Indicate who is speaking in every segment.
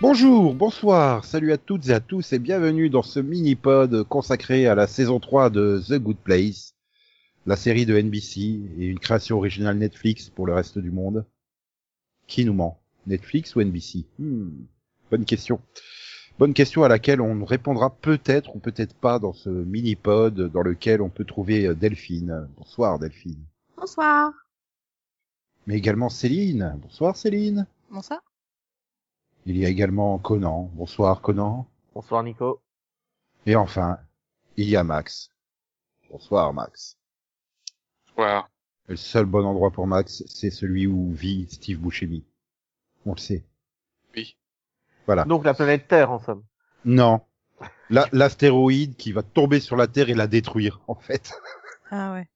Speaker 1: Bonjour, bonsoir, salut à toutes et à tous et bienvenue dans ce mini-pod consacré à la saison 3 de The Good Place, la série de NBC et une création originale Netflix pour le reste du monde. Qui nous ment Netflix ou NBC Hmm, Bonne question. Bonne question à laquelle on répondra peut-être ou peut-être pas dans ce mini-pod dans lequel on peut trouver euh, Delphine. Bonsoir Delphine.
Speaker 2: Bonsoir.
Speaker 1: Mais également Céline. Bonsoir Céline.
Speaker 2: Bonsoir.
Speaker 1: Il y a également Conan. Bonsoir Conan.
Speaker 3: Bonsoir Nico.
Speaker 1: Et enfin, il y a Max. Bonsoir Max.
Speaker 4: Wow.
Speaker 1: Et Le seul bon endroit pour Max, c'est celui où vit Steve Buscemi. On le sait. Ah.
Speaker 3: Donc la planète Terre en somme.
Speaker 1: Non. La- L'astéroïde qui va tomber sur la Terre et la détruire, en fait.
Speaker 2: Ah ouais.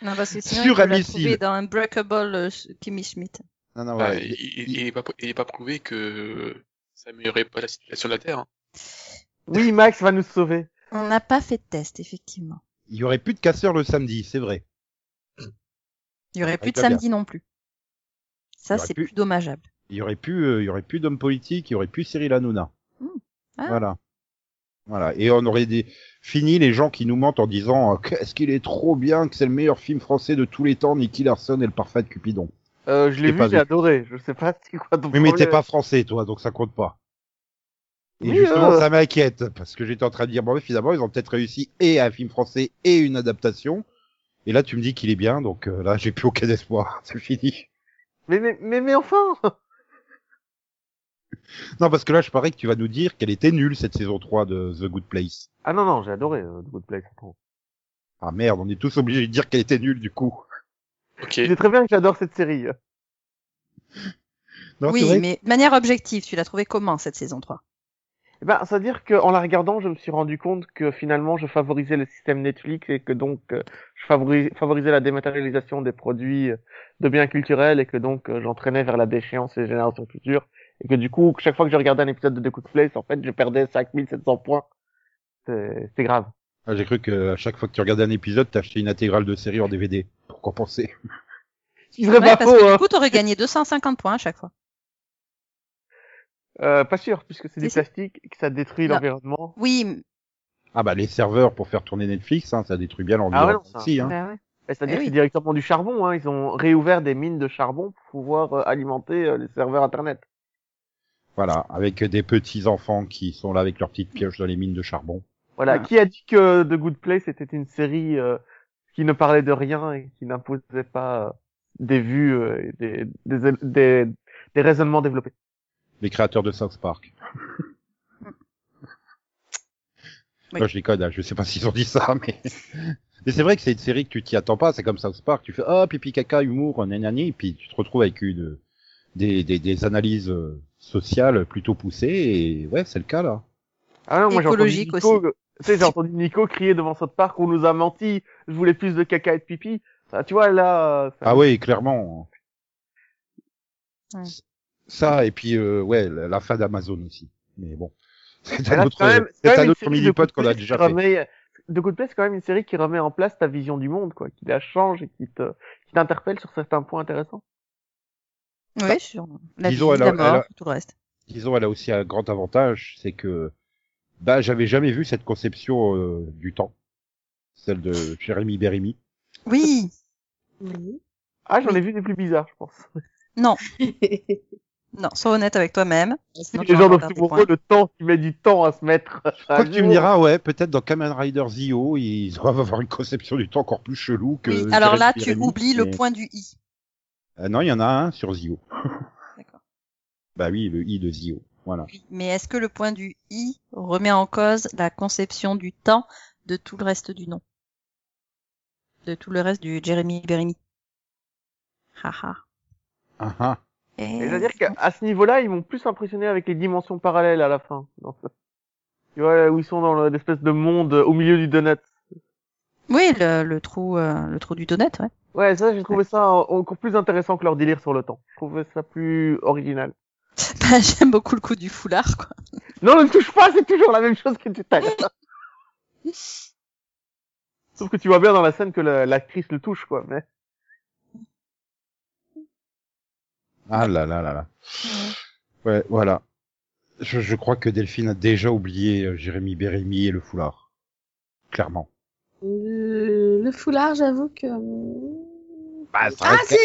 Speaker 2: Non, parce que sinon,
Speaker 1: Sur
Speaker 2: il peut
Speaker 1: un
Speaker 2: la
Speaker 1: missile.
Speaker 2: trouver dans un breakable euh, Kimmy Schmidt.
Speaker 1: Non, non,
Speaker 4: Bah,
Speaker 1: ouais.
Speaker 4: il, il- il est pas, il est pas prouvé que ça améliorerait pas la situation de la Terre. hein.
Speaker 3: Oui, Max va nous sauver.
Speaker 2: On n'a pas fait de test, effectivement.
Speaker 1: Il y aurait plus de casseurs le samedi, c'est vrai.
Speaker 2: Il y aurait plus de
Speaker 1: t'as bien.
Speaker 2: samedi non plus.
Speaker 1: Ah, Il
Speaker 2: Ça,
Speaker 1: y aurait
Speaker 2: c'est
Speaker 1: pu.
Speaker 2: plus dommageable.
Speaker 1: Il y aurait plus, euh, il y aurait plus d'hommes politiques, il y aurait plus Cyril Hanouna.
Speaker 2: Hmm. Ah.
Speaker 1: Voilà. Voilà. Et on aurait des... fini les gens qui nous mentent en disant euh, qu'est-ce qu'il est trop bien, que c'est le meilleur film français de tous les temps, Nicky Larson et le parfait de Cupidon.
Speaker 3: Euh, je l'ai
Speaker 1: T'es pas
Speaker 3: vu, j'ai
Speaker 1: vu.
Speaker 3: adoré. Je sais pas c'est quoi ton
Speaker 1: Oui, mais t'es
Speaker 3: problème.
Speaker 1: pas français, toi, donc ça compte pas. Et
Speaker 3: Oui,
Speaker 1: justement,
Speaker 3: euh.
Speaker 1: ça m'inquiète, parce que j'étais en train de dire, bon, mais finalement, ils ont peut-être réussi et un film français et une adaptation. Et là, tu me dis qu'il est bien, donc euh, là, j'ai plus aucun espoir. C'est fini.
Speaker 3: Mais, mais, mais, mais enfin
Speaker 1: Non, parce que là, je parie que tu vas nous dire qu'elle était nulle, cette saison 3 de The Good Place.
Speaker 3: Ah non, non, j'ai adoré euh, The Good Place. attends.
Speaker 1: Ah merde, on est tous obligés de dire qu'elle était nulle du coup.
Speaker 4: Ok.
Speaker 3: Tu sais très bien que j'adore cette série.
Speaker 1: Non, c'est
Speaker 2: oui,
Speaker 1: vrai
Speaker 2: mais de manière objective, tu l'as trouvé comment cette saison 3
Speaker 3: Eh ben, c'est-à-dire qu'en la regardant, je me suis rendu compte que finalement, je favorisais le système Netflix et que donc, euh, je favori- favorisais la dématérialisation des produits euh, de biens culturels et que donc, euh, j'entraînais vers la déchéance et les générations futures. Et que du coup, chaque fois que je regardais un épisode de The Good Place, en fait, je perdais 5700 points. C'est c'est grave.
Speaker 1: Ah, J'ai cru que à chaque fois que tu regardais un épisode, t'achetais une intégrale de série en DVD. Pour compenser.
Speaker 3: Il serait pas
Speaker 2: parce
Speaker 3: faux,
Speaker 2: que
Speaker 3: hein.
Speaker 2: du coup, t'aurais gagné 250 points à chaque fois.
Speaker 3: Euh, pas sûr, puisque c'est du
Speaker 2: Si, si.
Speaker 3: plastique et que ça détruit
Speaker 2: Non.
Speaker 3: l'environnement.
Speaker 2: Oui, m-
Speaker 1: Ah bah les serveurs pour faire tourner Netflix, hein, ça détruit bien l'environnement
Speaker 3: Ah ouais, non, ça-
Speaker 1: aussi. Hein.
Speaker 3: Et C'est-à-dire
Speaker 2: Eh
Speaker 3: que
Speaker 2: oui.
Speaker 3: c'est directement du charbon. Hein. Ils ont réouvert des mines de charbon pour pouvoir euh, alimenter euh, les serveurs Internet.
Speaker 1: Voilà, avec des petits enfants qui sont là avec leurs petites pioches dans les mines de charbon.
Speaker 3: Voilà.
Speaker 2: Ah.
Speaker 3: Qui a dit que The Good Place était une série euh, qui ne parlait de rien et qui n'imposait pas euh, des vues, euh, et des, des, des, des raisonnements développés
Speaker 1: Les créateurs de South Park.
Speaker 2: Oui.
Speaker 1: Moi je déconne, hein, je sais pas s'ils ont dit ça, mais... mais c'est vrai que c'est une série que tu t'y attends pas, c'est comme South Park, tu fais ah pipi caca, humour, nanani, puis tu te retrouves avec une des, des, des analyses euh, sociales plutôt poussées, et ouais, c'est le cas là.
Speaker 3: Ah non, moi j'ai entendu
Speaker 2: Écologique
Speaker 3: Nico,
Speaker 2: aussi.
Speaker 3: euh, tu sais, j'ai entendu Nico crier devant South Park, on nous a menti, je voulais plus de caca et de pipi. Ah, tu vois là, euh, ça-
Speaker 1: Ah oui, clairement.
Speaker 2: Ouais.
Speaker 1: Ça, et puis euh, ouais, la, la fin d'Amazon aussi. Mais bon, c'est
Speaker 3: Mais là,
Speaker 1: un
Speaker 3: c'est
Speaker 1: autre,
Speaker 3: quand même- c'est
Speaker 1: c'est
Speaker 3: quand
Speaker 1: un
Speaker 3: même
Speaker 1: autre
Speaker 3: une série de
Speaker 1: mini-pod
Speaker 3: coups
Speaker 1: qu'on
Speaker 3: de
Speaker 1: a
Speaker 3: plus
Speaker 1: déjà
Speaker 3: qui
Speaker 1: fait.
Speaker 3: remet- De Good Place, c'est quand même une série qui remet en place ta vision du monde, quoi, qui la change et qui te, qui t'interpelle sur certains points intéressants.
Speaker 2: oui, sur la
Speaker 1: Bah, Disons,
Speaker 2: vie,
Speaker 1: elle a-
Speaker 2: la mort,
Speaker 1: elle a-
Speaker 2: tout le reste.
Speaker 1: disons, elle a aussi un grand avantage, c'est que bah j'avais jamais vu cette conception euh, du temps, celle de Jérémy Bérémy.
Speaker 2: Oui,
Speaker 3: Ah, j'en ai vu des plus bizarres, je pense.
Speaker 2: non, sois honnête avec toi-même. sinon tu
Speaker 3: les
Speaker 2: vas
Speaker 3: gens
Speaker 2: encore
Speaker 3: doivent
Speaker 2: perdre
Speaker 3: se
Speaker 2: des
Speaker 3: bourrer
Speaker 2: points.
Speaker 3: le temps, qui met du temps à se mettre. à
Speaker 1: Quoi que tu me
Speaker 3: jour.
Speaker 1: diras, ouais, peut-être dans Kamen Rider Zio, ils doivent avoir une conception du temps encore plus chelou que.
Speaker 2: Oui, alors
Speaker 1: Jérémy
Speaker 2: là, tu
Speaker 1: Bérémy,
Speaker 2: oublies le
Speaker 1: mais-
Speaker 2: point du i.
Speaker 1: Euh, non, il y en a un sur Zio.
Speaker 2: D'accord.
Speaker 1: Bah oui, le i de Zio. Voilà.
Speaker 2: Oui, Mais est-ce que le point du i remet en cause la conception du temps de tout le reste du nom De tout le reste du Jérémy Bérémy Haha.
Speaker 1: Ah ah.
Speaker 3: Et C'est-à-dire qu'à à ce niveau-là, ils m'ont plus impressionné avec les dimensions parallèles à la fin. Dans ce- Tu vois, là où ils sont dans le- l'espèce de monde euh, au milieu du donut.
Speaker 2: Oui, le, le trou, euh, le trou du donut, ouais.
Speaker 3: Ouais, ça, j'ai trouvé ça en- encore plus intéressant que leur délire sur le temps. Je trouvais ça plus original.
Speaker 2: Bah, J'aime beaucoup le coup du foulard, quoi.
Speaker 3: Non, ne me touche pas, c'est toujours la même chose que tout à l'heure. Sauf que tu vois bien dans la scène que la- l'actrice le touche, quoi. Mais...
Speaker 1: Ah là là là là. Ouais, voilà. Je, je crois que Delphine a déjà oublié euh, Jérémy Bérémy et le foulard. Clairement.
Speaker 5: Le, le foulard, j'avoue que. hum,
Speaker 1: Bah, ça
Speaker 5: Ah
Speaker 1: reste,
Speaker 5: si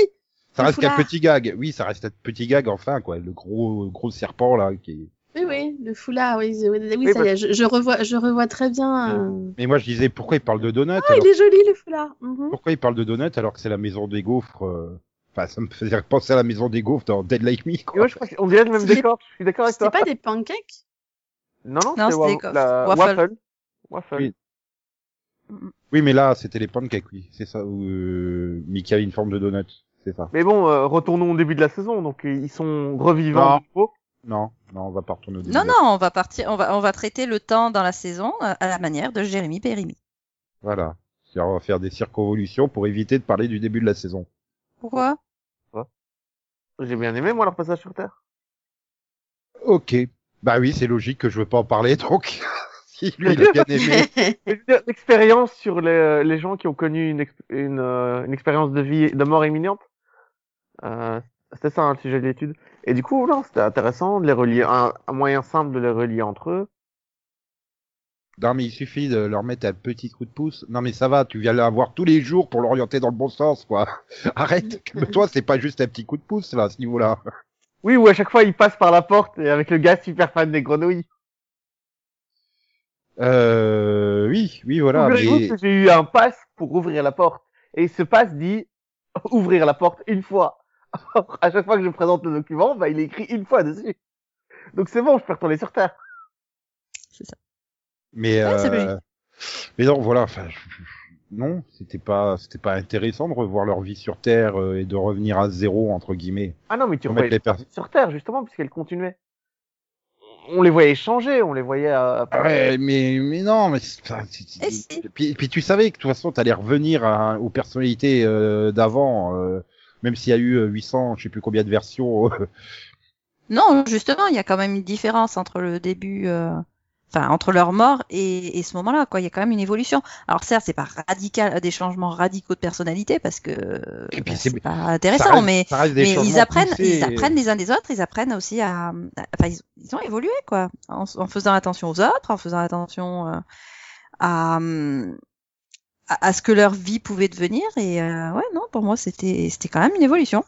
Speaker 1: ça
Speaker 5: le
Speaker 1: reste qu'un
Speaker 5: foulard.
Speaker 1: petit gag. Oui, ça reste un petit gag, enfin, quoi. Le gros, gros serpent, là, qui est-
Speaker 5: Oui, oui, le foulard, oui, oui, oui,
Speaker 3: Oui,
Speaker 5: ça y est, je, je revois, je revois très bien. euh,
Speaker 1: Mais moi, je disais, pourquoi il parle de donuts
Speaker 5: Ah,
Speaker 1: alors
Speaker 5: il est joli le foulard. Mhm.
Speaker 1: Pourquoi il parle de donuts alors que c'est la maison des gaufres euh, Enfin, ça me faisait penser à la maison des gaufres dans Dead Like Me,
Speaker 3: Et
Speaker 1: quoi.
Speaker 3: ouais, je crois qu'on dirait le même
Speaker 5: C'était-
Speaker 3: décor. Je suis d'accord avec
Speaker 5: C'était
Speaker 3: toi.
Speaker 5: pas des pancakes
Speaker 3: Non, non,
Speaker 2: Non,
Speaker 3: c'est
Speaker 2: c'était
Speaker 3: wa-
Speaker 2: quoi
Speaker 3: la...
Speaker 2: Waffle.
Speaker 3: Waffle. Waffle.
Speaker 1: Oui. Oui, mais là, c'était les pancakes, oui. C'est ça, où euh, Mickey a une forme de donut. C'est ça.
Speaker 3: Mais bon, euh, retournons au début de la saison. Donc, euh, ils sont
Speaker 1: Non.
Speaker 3: revivants. de nouveau.
Speaker 1: Non, non, on va pas retourner au début.
Speaker 2: Non, non, on va partir, on va, on va traiter le temps dans la saison euh, à la manière de Jérémy Bérémy.
Speaker 1: Voilà. C'est-à-dire, On va faire des circonvolutions pour éviter de parler du début de la saison.
Speaker 2: Pourquoi
Speaker 3: J'ai bien aimé, moi, leur passage sur Terre.
Speaker 1: Ok. Bah oui, c'est logique que je veux pas en parler, donc. si lui, il a bien aimé.
Speaker 3: Mais je veux dire, L'expérience sur les, les gens qui ont connu une, exp- une, euh, une expérience de vie, de mort imminente, euh, c'était ça hein, le sujet de l'étude. Et du coup, non, c'était intéressant de les relier, un, un moyen simple de les relier entre eux.
Speaker 1: Non, mais il suffit de leur mettre un petit coup de pouce. Non, mais ça va, tu viens l'avoir tous les jours pour l'orienter dans le bon sens, quoi. Arrête, calme-toi, c'est pas juste un petit coup de pouce, là, à ce niveau-là.
Speaker 3: Oui, où à chaque fois, ils passent par la porte et avec le gars super fan des grenouilles.
Speaker 1: Euh, oui, oui, voilà,
Speaker 3: Figurez-vous
Speaker 1: mais...
Speaker 3: que j'ai eu un pass pour ouvrir la porte. Et ce pass dit ouvrir la porte une fois. Or, à chaque fois que je présente le document, bah, il est écrit une fois dessus. Donc c'est bon, je peux retourner sur Terre.
Speaker 1: Mais,
Speaker 2: Ouais, c'est
Speaker 1: euh,
Speaker 2: logique.
Speaker 1: mais non, voilà. Enfin, je- je- non, c'était pas, c'était pas intéressant de revoir leur vie sur Terre euh, et de revenir à zéro entre guillemets.
Speaker 3: Ah non, mais tu
Speaker 1: Pour mettre
Speaker 3: revoyais
Speaker 1: les personnes.
Speaker 3: sur Terre, justement, puisqu'elle continuait. On les voyait changer, on les voyait... euh,
Speaker 1: Ah Ouais, mais mais non, mais c'est- enfin, c'est- c'est-
Speaker 2: Eh si.
Speaker 1: puis, puis tu savais que de toute façon t'allais revenir à- aux personnalités euh, d'avant, euh, même s'il y a eu euh, 800, je sais plus combien de versions. euh,
Speaker 2: Non, justement, il y a quand même une différence entre le début, euh, enfin entre leur mort et, et ce moment-là, quoi. Il y a quand même une évolution. Alors certes, c'est pas radical, des changements radicaux de personnalité parce que euh,
Speaker 1: Et puis
Speaker 2: bah,
Speaker 1: c'est-
Speaker 2: c'est pas
Speaker 1: ça
Speaker 2: intéressant,
Speaker 1: reste-
Speaker 2: mais
Speaker 1: ça reste des
Speaker 2: mais ils
Speaker 1: changements
Speaker 2: apprennent,
Speaker 1: poussés
Speaker 2: ils
Speaker 1: et-
Speaker 2: apprennent les uns des autres, ils apprennent aussi à, à- enfin ils, ils ont évolué quoi, en, en faisant attention aux autres, en faisant attention euh, à, hum, à à ce que leur vie pouvait devenir et euh, ouais non pour moi c'était c'était quand même une évolution.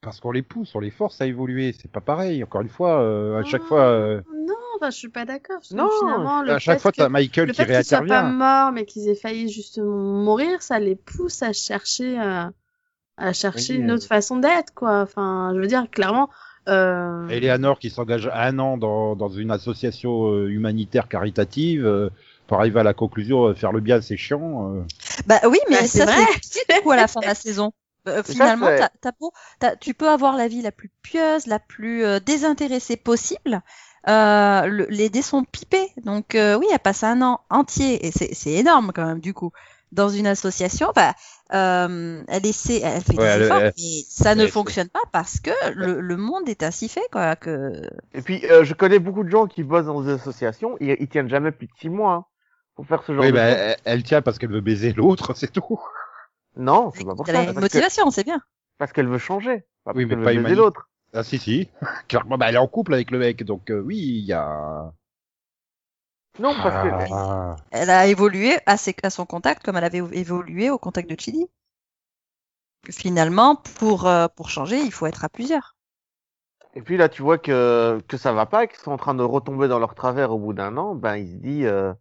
Speaker 1: Parce qu'on les pousse, on les force à évoluer. C'est pas pareil. Encore une fois, euh, à chaque
Speaker 5: Ah.
Speaker 1: fois, euh,
Speaker 5: Non, bah, je suis pas d'accord. parce que
Speaker 3: Non,
Speaker 5: finalement, le
Speaker 1: à chaque
Speaker 5: fait
Speaker 1: fois
Speaker 5: que-
Speaker 1: t'as Michael
Speaker 5: le
Speaker 1: qui
Speaker 5: fait qu'ils soient pas
Speaker 1: réintervient.
Speaker 5: morts, mais qu'ils aient failli justement mourir, ça les pousse à chercher, euh, à chercher
Speaker 1: Oui,
Speaker 5: une
Speaker 1: euh.
Speaker 5: autre façon d'être, quoi. Enfin, je veux dire, clairement. Euh...
Speaker 1: Eleanor qui s'engage un an dans, dans une association euh, humanitaire caritative euh, pour arriver à la conclusion euh, faire le bien c'est chiant. euh.
Speaker 2: Bah oui mais
Speaker 5: Bah, c'est
Speaker 2: ça
Speaker 5: vrai.
Speaker 2: c'est pire, du coup à la fin de la saison. Euh,
Speaker 3: ça,
Speaker 2: finalement
Speaker 3: c'est-
Speaker 2: t'as, t'as beau- t'as- tu peux avoir la vie la plus pieuse, la plus euh, désintéressée possible. Euh, le- les dés sont pipés donc euh, oui elle passe un an entier et c'est, c'est énorme quand même du coup dans une association. Enfin, euh, elle essaie, elle fait
Speaker 1: Ouais, elle-
Speaker 2: des efforts,
Speaker 1: elle-
Speaker 2: mais ça ne
Speaker 1: elle-
Speaker 2: fonctionne pas parce que le, le monde est ainsi fait quoi. Que
Speaker 3: Et puis, euh, je connais beaucoup de gens qui bossent dans des associations, ils, ils tiennent jamais plus de six mois hein, pour faire ce genre
Speaker 1: Oui,
Speaker 3: de
Speaker 1: bah,
Speaker 3: choses.
Speaker 1: elle, elle tient parce qu'elle veut baiser l'autre, c'est tout.
Speaker 3: Non, c'est pas pour
Speaker 2: elle a
Speaker 3: ça,
Speaker 2: une
Speaker 3: parce que-
Speaker 2: motivation, c'est bien.
Speaker 3: parce qu'elle veut changer, pas
Speaker 1: Oui,
Speaker 3: parce
Speaker 1: mais
Speaker 3: qu'elle veut
Speaker 1: pas
Speaker 3: baiser
Speaker 1: humaniste.
Speaker 3: l'autre.
Speaker 1: Ah si si, clairement bah, elle est en couple avec le mec donc euh, oui il y a.
Speaker 3: Non, parce que...
Speaker 1: Ah.
Speaker 2: Elle a évolué à, ses- à son contact comme elle avait évolué au contact de Chidi. Finalement, pour euh, pour changer, il faut être à plusieurs.
Speaker 3: Et puis là, tu vois que, que ça va pas, qu'ils sont en train de retomber dans leur travers au bout d'un an, ben il se dit, euh,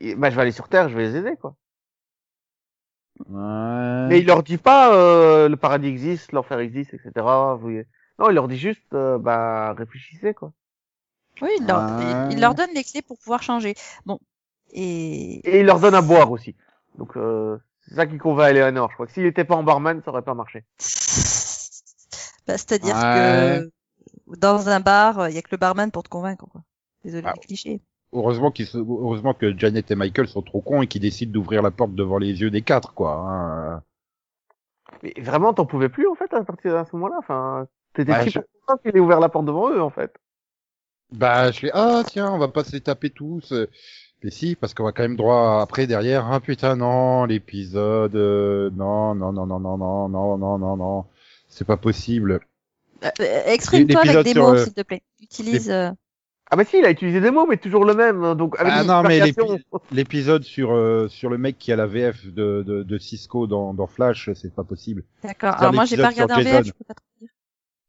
Speaker 3: il- ben, je vais aller sur Terre, je vais les aider, quoi.
Speaker 1: Ouais.
Speaker 3: Mais il leur dit pas, euh, le paradis existe, l'enfer existe, etc. vous voyez. Non, il leur dit juste, euh, ben, réfléchissez, quoi.
Speaker 2: Oui, il leur,
Speaker 1: Ouais.
Speaker 2: il- il leur donne les clés pour pouvoir changer. Bon, et
Speaker 3: Et il leur donne à boire aussi. Donc, euh, c'est ça qui convainc Eleanor, je crois. Que s'il était pas en barman, ça aurait pas marché.
Speaker 2: Bah, c'est-à-dire
Speaker 1: Ouais.
Speaker 2: que dans un bar, euh, il y a que le barman pour te convaincre. Quoi. Désolé
Speaker 1: Ah.
Speaker 2: du cliché.
Speaker 1: Heureusement qu'ils se- heureusement que Janet et Michael sont trop cons et qu'ils décident d'ouvrir la porte devant les yeux des quatre quoi. hein.
Speaker 3: Mais vraiment, t'en pouvais plus, en fait, à partir de ce moment-là. Enfin, t'étais
Speaker 1: Ouais,
Speaker 3: si
Speaker 1: je-
Speaker 3: content qu'il ait ouvert la porte devant eux, en fait.
Speaker 1: Bah je fais ah tiens on va pas se les taper tous. Mais si parce qu'on va quand même droit après derrière ah putain non l'épisode euh, non non non non non non non non non non c'est pas possible.
Speaker 2: Euh, Exprime-toi avec
Speaker 1: L'épisode
Speaker 2: des
Speaker 1: sur,
Speaker 2: mots,
Speaker 1: euh,
Speaker 2: s'il te plaît. Utilise. euh,
Speaker 3: Ah bah si, il a utilisé des mots, mais toujours le même. hein. Donc avec
Speaker 1: Ah
Speaker 3: des
Speaker 1: non, mais les
Speaker 3: variations.
Speaker 1: L'épisode sur euh, sur le mec qui a la VF de de, de Cisco dans dans Flash, c'est pas possible.
Speaker 2: D'accord.
Speaker 1: C'est-à-dire
Speaker 2: Alors moi, j'ai pas
Speaker 1: l'épisode
Speaker 2: regardé en
Speaker 1: sur
Speaker 2: VF.
Speaker 1: Jason.
Speaker 2: Je peux pas trop dire.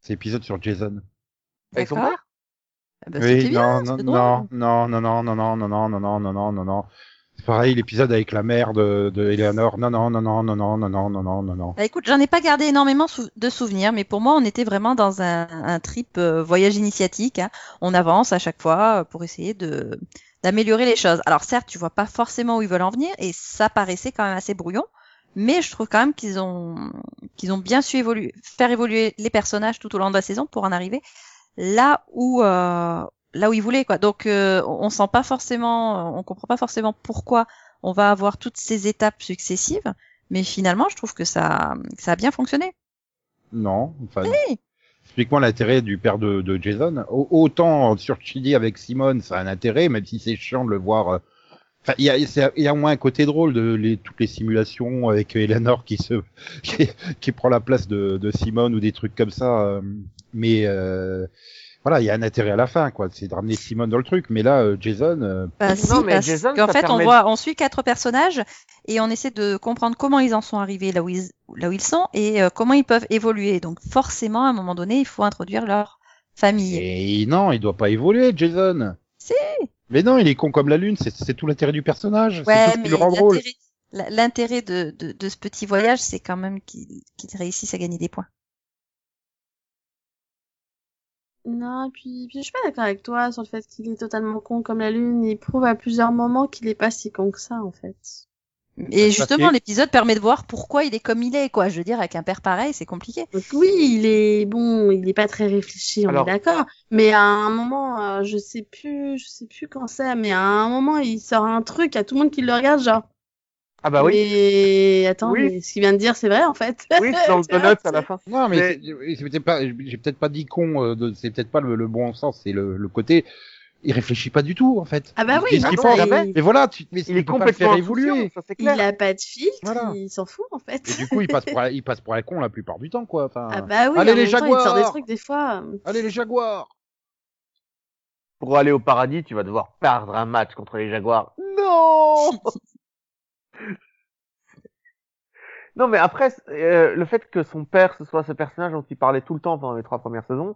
Speaker 1: C'est l'épisode sur Jason.
Speaker 3: Avec son
Speaker 2: D'accord.
Speaker 3: père
Speaker 2: Ah bah,
Speaker 1: oui,
Speaker 2: c'était bien,
Speaker 1: non,
Speaker 2: c'était
Speaker 1: non,
Speaker 2: drôle.
Speaker 1: non, non, non, non, non, non, non, non, non, non, non, non, non. C'est pareil, l'épisode avec la mère de de Eleanor. Non, non, non, non, non, non, non, non, non, non, non, non.
Speaker 2: Bah, écoute, j'en ai pas gardé énormément sou- de souvenirs, mais pour moi, on était vraiment dans un, un trip euh, voyage initiatique. hein. On avance à chaque fois euh, pour essayer de d'améliorer les choses. Alors certes, tu vois pas forcément où ils veulent en venir, et ça paraissait quand même assez brouillon. Mais je trouve quand même qu'ils ont qu'ils ont bien su évoluer, faire évoluer les personnages tout au long de la saison pour en arriver là où euh, là où ils voulaient quoi. Donc euh, on on sent pas forcément, on comprend pas forcément pourquoi on va avoir toutes ces étapes successives. Mais finalement, je trouve que ça, ça a bien fonctionné.
Speaker 1: Non, enfin.
Speaker 2: Oui.
Speaker 1: Explique-moi l'intérêt du père de, de Jason. Au- autant sur Chili avec Simone, ça a un intérêt, même si c'est chiant de le voir. euh, Enfin, il y a, c'est- il y a au moins un côté drôle de les, toutes les simulations avec Eleanor qui se qui, qui prend la place de, de Simone ou des trucs comme ça. euh, Mais euh, voilà, il y a un intérêt à la fin, quoi. C'est de ramener Simone dans le truc. Mais là, euh, Jason, euh,
Speaker 2: Bah,
Speaker 3: Non, mais
Speaker 2: parce
Speaker 3: Jason,
Speaker 2: qu'en
Speaker 3: ça
Speaker 2: fait, on
Speaker 3: permet-
Speaker 2: voit, on suit quatre personnages et on essaie de comprendre comment ils en sont arrivés là où ils, là où ils sont et euh, comment ils peuvent évoluer. Donc, forcément, à un moment donné, il faut introduire leur famille.
Speaker 1: et non, il doit pas évoluer, Jason.
Speaker 2: Si.
Speaker 1: Mais non, il est con comme la lune. C'est c'est tout l'intérêt du personnage. c'est tout
Speaker 2: Ouais,
Speaker 1: ce qui
Speaker 2: mais
Speaker 1: le rend drôle.
Speaker 2: l'intérêt- la- l'intérêt de, de, de ce petit voyage, c'est quand même qu'ils qu'ils réussissent à gagner des points.
Speaker 5: Non, et puis, puis je suis pas d'accord avec toi sur le fait qu'il est totalement con comme la lune. Il prouve à plusieurs moments qu'il est pas si con que ça, en fait.
Speaker 2: Et
Speaker 1: Ça,
Speaker 2: justement,
Speaker 1: c'est-
Speaker 2: l'épisode permet de voir pourquoi il est comme il est, quoi. Je veux dire, avec un père pareil, c'est compliqué.
Speaker 5: Donc oui, il est bon, il est pas très réfléchi, on
Speaker 3: Alors-
Speaker 5: est d'accord. Mais à un moment, euh, je sais plus, je sais plus quand c'est, mais à un moment, il sort un truc à tout le monde qui le regarde, genre.
Speaker 3: Ah bah oui,
Speaker 5: Mais attends,
Speaker 3: Oui.
Speaker 5: mais ce qu'il vient de dire, c'est vrai en fait.
Speaker 3: oui, dans le donut à la fin.
Speaker 1: Non, mais,
Speaker 3: Mais-
Speaker 1: c'est- c'est peut-être pas, j'ai peut-être pas dit con, euh, de- c'est peut-être pas le, le bon sens, c'est le, le côté, il réfléchit pas du tout, en fait.
Speaker 5: Ah bah oui,
Speaker 1: Il dit ce qu'il
Speaker 5: non,
Speaker 1: pense.
Speaker 5: mais
Speaker 3: Ah
Speaker 1: Mais voilà, tu, mais
Speaker 3: Il est
Speaker 1: tu peux pas le
Speaker 3: complètement
Speaker 1: faire
Speaker 3: évolué,
Speaker 1: évoluer.
Speaker 3: ça c'est
Speaker 5: il
Speaker 3: clair.
Speaker 5: a pas de filtre,
Speaker 1: Voilà.
Speaker 5: il s'en fout en fait.
Speaker 1: Et du coup, il passe pour, un- il passe pour un con la plupart du temps, quoi. Enfin,
Speaker 3: euh,
Speaker 5: Ah bah oui,
Speaker 1: Allez,
Speaker 5: en
Speaker 1: les
Speaker 5: même temps, il te sort des
Speaker 1: jaguars
Speaker 5: trucs des fois. euh,
Speaker 1: allez les jaguars.
Speaker 3: Pour aller au paradis, tu vas devoir perdre un match contre les Jaguars. Non Non, mais après, c- euh, le fait que son père, ce soit ce personnage dont il parlait tout le temps pendant les trois premières saisons,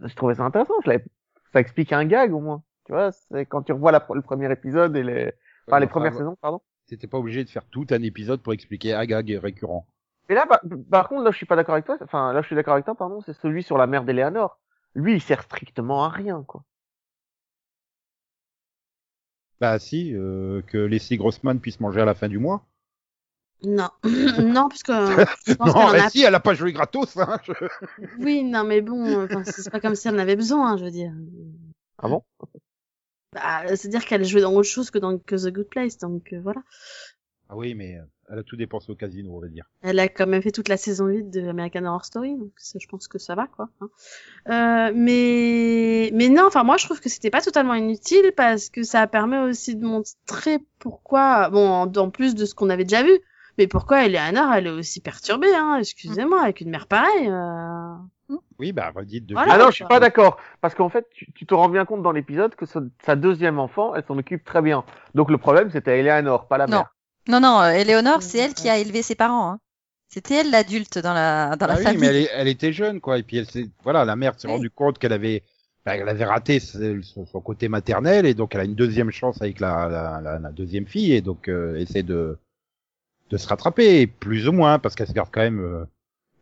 Speaker 3: je trouvais ça intéressant. je l'avais- ça explique un gag, au moins. Tu vois, c'est quand tu revois la, le premier épisode et les, enfin, les
Speaker 1: Enfin,
Speaker 3: premières saisons, pardon.
Speaker 1: T'étais pas obligé de faire tout un épisode pour expliquer un gag récurrent.
Speaker 3: Et là, par, par contre, là, je suis pas d'accord avec toi. Enfin, là, je suis d'accord avec toi, pardon. C'est celui sur la mère d'Eleanor. Lui, il sert strictement à rien, quoi.
Speaker 1: Bah si, euh, que Leslie Grossman puisse manger à la fin du mois.
Speaker 5: Non, non, parce que euh, je pense
Speaker 1: Non,
Speaker 5: qu'elle en
Speaker 1: bah
Speaker 5: a.
Speaker 1: si, elle a pas joué gratos, hein. je-
Speaker 5: Oui, non, mais bon, enfin, c'est pas comme si elle en avait besoin, hein, je veux dire.
Speaker 3: Ah bon
Speaker 5: Bah, c'est-à-dire qu'elle jouait dans autre chose que dans que The Good Place, donc euh, voilà.
Speaker 1: Ah oui, mais euh, elle a tout dépensé au casino, on va dire.
Speaker 5: Elle a quand même fait toute la saison 8 de American Horror Story, donc ça, je pense que ça va, quoi. hein. Euh, mais... mais non, enfin, moi, je trouve que c'était pas totalement inutile parce que ça permet aussi de montrer pourquoi, bon, en, en plus de ce qu'on avait déjà vu, mais pourquoi Eleanor, elle est aussi perturbée, hein, excusez-moi, avec une mère pareille. euh.
Speaker 1: Oui, bah redite de.
Speaker 5: Voilà.
Speaker 3: ah non, je
Speaker 5: ça.
Speaker 3: suis pas d'accord. Parce qu'en fait, tu, tu te rends bien compte dans l'épisode que son- sa deuxième enfant, elle s'en occupe très bien. Donc le problème, c'était Eleanor, pas la
Speaker 2: Non.
Speaker 3: mère.
Speaker 2: Non, non, euh, Eleonore, c'est
Speaker 5: Ouais.
Speaker 2: elle
Speaker 3: Mm.
Speaker 2: qui a élevé ses parents. hein. C'était elle l'adulte dans la,
Speaker 1: Ah
Speaker 2: dans
Speaker 3: Bah
Speaker 2: la
Speaker 1: oui,
Speaker 2: famille.
Speaker 1: mais elle, est- elle était jeune, quoi. Et puis elle s'est, voilà, la mère s'est
Speaker 2: Oui.
Speaker 1: rendue compte qu'elle avait, bah, elle avait raté ce- son, son côté maternel et donc elle a une deuxième chance avec la, la, la- la deuxième fille et donc euh, essaie de de se rattraper plus ou moins parce qu'elle se garde quand même euh,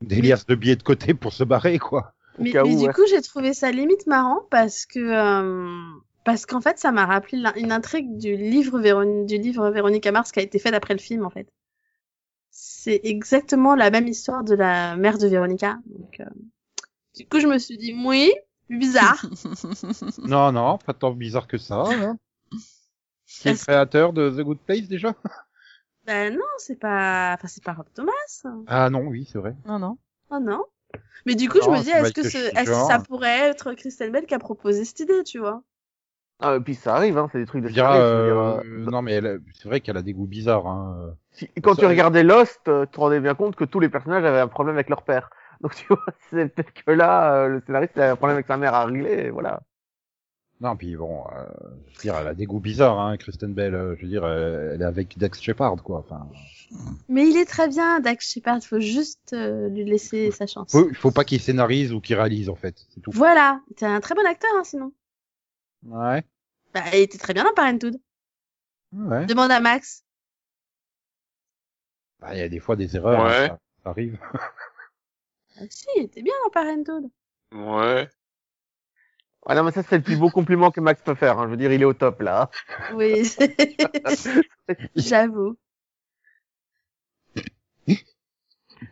Speaker 1: des liasses de billets de côté pour se barrer, quoi.
Speaker 3: Au
Speaker 5: Mais,
Speaker 3: cas
Speaker 5: mais
Speaker 3: où,
Speaker 5: du
Speaker 3: ouais.
Speaker 5: coup, j'ai trouvé ça limite marrant parce que euh, parce qu'en fait, ça m'a rappelé l'in- une intrigue du livre Véron- du livre Véronique Mars qui a été fait après le film en fait. C'est exactement la même histoire de la mère de Véronica. Donc, euh, du coup, je me suis dit oui, bizarre.
Speaker 1: non, non, pas tant bizarre que ça. hein. Qui est le
Speaker 5: Est-ce-
Speaker 1: créateur de The Good Place déjà
Speaker 5: ben non, c'est pas enfin c'est pas Rob Thomas. hein.
Speaker 1: Ah non, oui, c'est vrai.
Speaker 2: Non, non.
Speaker 5: Oh non. Mais du coup, je
Speaker 1: Non,
Speaker 5: me dis
Speaker 1: c'est
Speaker 5: est-ce que
Speaker 1: Michael
Speaker 5: ce
Speaker 1: Schiffer.
Speaker 5: est-ce que ça pourrait être Kristen Bell qui a proposé cette idée, tu vois
Speaker 3: Ah, et puis ça arrive, hein, c'est des trucs
Speaker 1: Je
Speaker 3: de
Speaker 1: dirais,
Speaker 3: service, je veux dire,
Speaker 1: euh,
Speaker 3: euh,
Speaker 1: non, mais elle- c'est vrai qu'elle a des goûts bizarres. Hein.
Speaker 3: si- quand
Speaker 1: ça-
Speaker 3: tu regardais Lost, euh, tu te rendais bien compte que tous les personnages avaient un problème avec leur père. Donc tu vois, c'est peut-être que là, euh, le scénariste a un problème avec sa mère à régler, et voilà.
Speaker 1: Non, puis bon, euh, je veux dire, elle a des goûts bizarres, hein, Kristen Bell. euh, je veux dire, euh, elle est avec Dax Shepard, quoi. Enfin,
Speaker 5: Mais il est très bien, Dax Shepard. Faut juste euh, lui laisser sa chance.
Speaker 1: faut, faut pas qu'il scénarise ou qu'il réalise, en fait. C'est tout.
Speaker 5: Voilà. T'es un très bon acteur, hein, sinon.
Speaker 1: Ouais.
Speaker 5: Bah, il était très bien dans Parenthood.
Speaker 1: Ouais.
Speaker 5: Demande à Max.
Speaker 1: Bah, il y a des fois des erreurs. hein,
Speaker 4: Ouais.
Speaker 1: ça, ça arrive.
Speaker 5: Ah, si, il était bien dans Parenthood.
Speaker 4: Ouais.
Speaker 3: Ah non, mais ça, c'est le plus beau compliment que Max peut faire. Hein. Je veux dire, il est au top, là.
Speaker 5: Oui. J'avoue.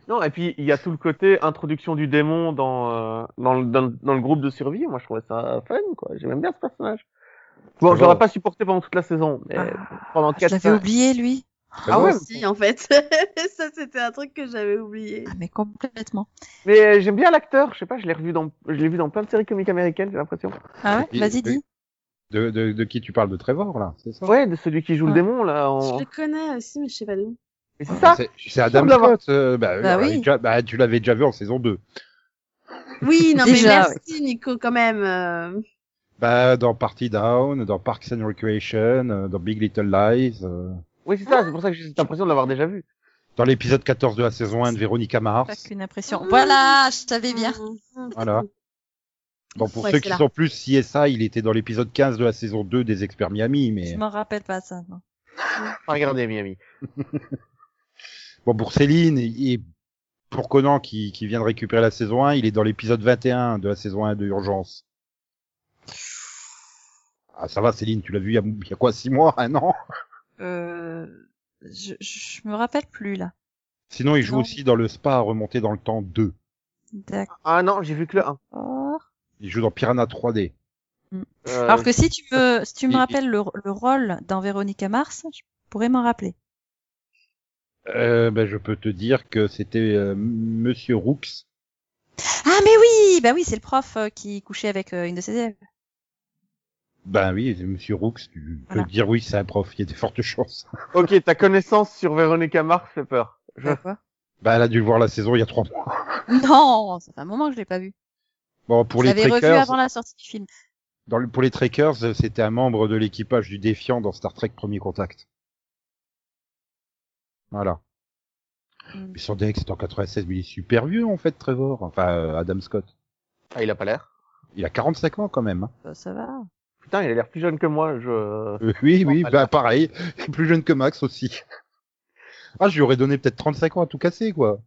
Speaker 3: Non, et puis, il y a tout le côté introduction du démon dans, euh, dans, le, dans, le- dans le groupe de survie. Moi, je trouvais ça fun, quoi. J'aime bien ce personnage. Bon,
Speaker 1: C'est
Speaker 3: je l'aurais
Speaker 1: bon.
Speaker 3: pas supporté pendant toute la saison, mais pendant
Speaker 2: Ah, Je
Speaker 3: quatre
Speaker 2: l'avais oublié, lui.
Speaker 1: Très
Speaker 3: Ah
Speaker 1: bon.
Speaker 3: ouais,
Speaker 5: Si, en fait. ça, c'était un truc que j'avais oublié.
Speaker 2: Ah, mais complètement.
Speaker 3: mais euh, j'aime bien l'acteur. Je sais pas, je l'ai revu dans, je l'ai vu dans plein de séries comiques américaines, j'ai l'impression.
Speaker 2: Ah ouais
Speaker 1: Il-
Speaker 2: Vas-y, dis.
Speaker 1: De, de, de qui tu parles De Trevor, là, c'est ça
Speaker 3: Ouais, de celui qui joue le
Speaker 2: Ouais.
Speaker 3: démon, là.
Speaker 5: Je
Speaker 3: En...
Speaker 5: le connais aussi, mais je sais pas d'où.
Speaker 3: Mais c'est ça.
Speaker 1: C'est- C'est Adam
Speaker 3: d'avoir-
Speaker 1: Scott. euh, bah,
Speaker 2: Bah
Speaker 1: euh,
Speaker 2: oui.
Speaker 1: déjà- bah, tu l'avais déjà vu en saison 2.
Speaker 5: Oui, non, mais
Speaker 2: Déjà,
Speaker 5: merci, Nico, quand même. euh.
Speaker 1: Bah, dans Party Down, dans Parks and Recreation, euh, dans Big Little Lies, euh,
Speaker 3: Oui, c'est ça. C'est pour ça que j'ai cette impression de l'avoir déjà vu.
Speaker 1: dans l'épisode 14 de la saison 1 de Véronica
Speaker 2: Pas
Speaker 1: Mars.
Speaker 2: qu'une impression.
Speaker 5: Mmh.
Speaker 2: Voilà, je savais bien.
Speaker 5: Mm,
Speaker 1: Voilà. Bon, pour
Speaker 5: Ouais,
Speaker 1: ceux
Speaker 5: c'est
Speaker 1: qui
Speaker 5: là.
Speaker 1: sont plus CSI, il était dans l'épisode 15 de la saison 2 des Experts Miami, mais...
Speaker 2: Je m'en rappelle pas ça. non.
Speaker 3: Enfin, regardez, Miami.
Speaker 1: Bon, pour Céline et et pour Conan qui, qui vient de récupérer la saison 1, il est dans l'épisode 21 de la saison 1 de Urgence. Ah, ça va, Céline, tu l'as vu il y a, il y a quoi, 6 mois, un an
Speaker 2: Euh, je, je me rappelle plus là.
Speaker 1: Sinon, il joue
Speaker 2: Non.
Speaker 1: aussi dans le spa à remonter dans le temps 2.
Speaker 2: D'accord.
Speaker 3: Ah non, j'ai vu que le 1.
Speaker 1: Euh, Il joue dans Piranha 3D.
Speaker 3: Euh,
Speaker 2: Alors que si tu me, si tu me
Speaker 1: il-
Speaker 2: rappelles le, le rôle dans Véronica Mars, je pourrais m'en rappeler.
Speaker 1: Euh, ben, je peux te dire que c'était euh, Monsieur Rooks.
Speaker 2: Ah mais oui, bah oui, c'est le prof euh, qui couchait avec euh, une de ses élèves.
Speaker 1: Ben oui, c'est Monsieur Rooks, tu
Speaker 2: Voilà.
Speaker 1: peux dire oui, c'est un prof, il y a des fortes chances.
Speaker 3: Ok, ta connaissance sur Véronica Mars fait peur. Je-
Speaker 1: Ben, elle a dû le voir la saison il y a 3 mois.
Speaker 2: Non, ça fait un moment que je l'ai pas vu.
Speaker 1: Bon, pour
Speaker 2: je
Speaker 1: les
Speaker 2: l'avais revu
Speaker 1: Trekkers,
Speaker 2: avant la sortie du film.
Speaker 1: dans le- pour les Trekkers, euh, c'était un membre de l'équipage du Défiant dans Star Trek Premier Contact. Voilà.
Speaker 2: Mm.
Speaker 1: Mais son deck, c'est en 96, mais il est super vieux, en fait, Trevor. Enfin, euh, Adam Scott.
Speaker 3: Ah, il a pas l'air.
Speaker 1: Il a 45 ans, quand même. hein.
Speaker 2: Bah, ça va.
Speaker 3: Putain, il a l'air plus jeune que moi. Je.
Speaker 1: Euh, oui, oui,
Speaker 3: pas
Speaker 1: bah, pareil. Plus jeune que Max, aussi. Ah, je lui aurais donné peut-être 35 ans à tout casser, quoi.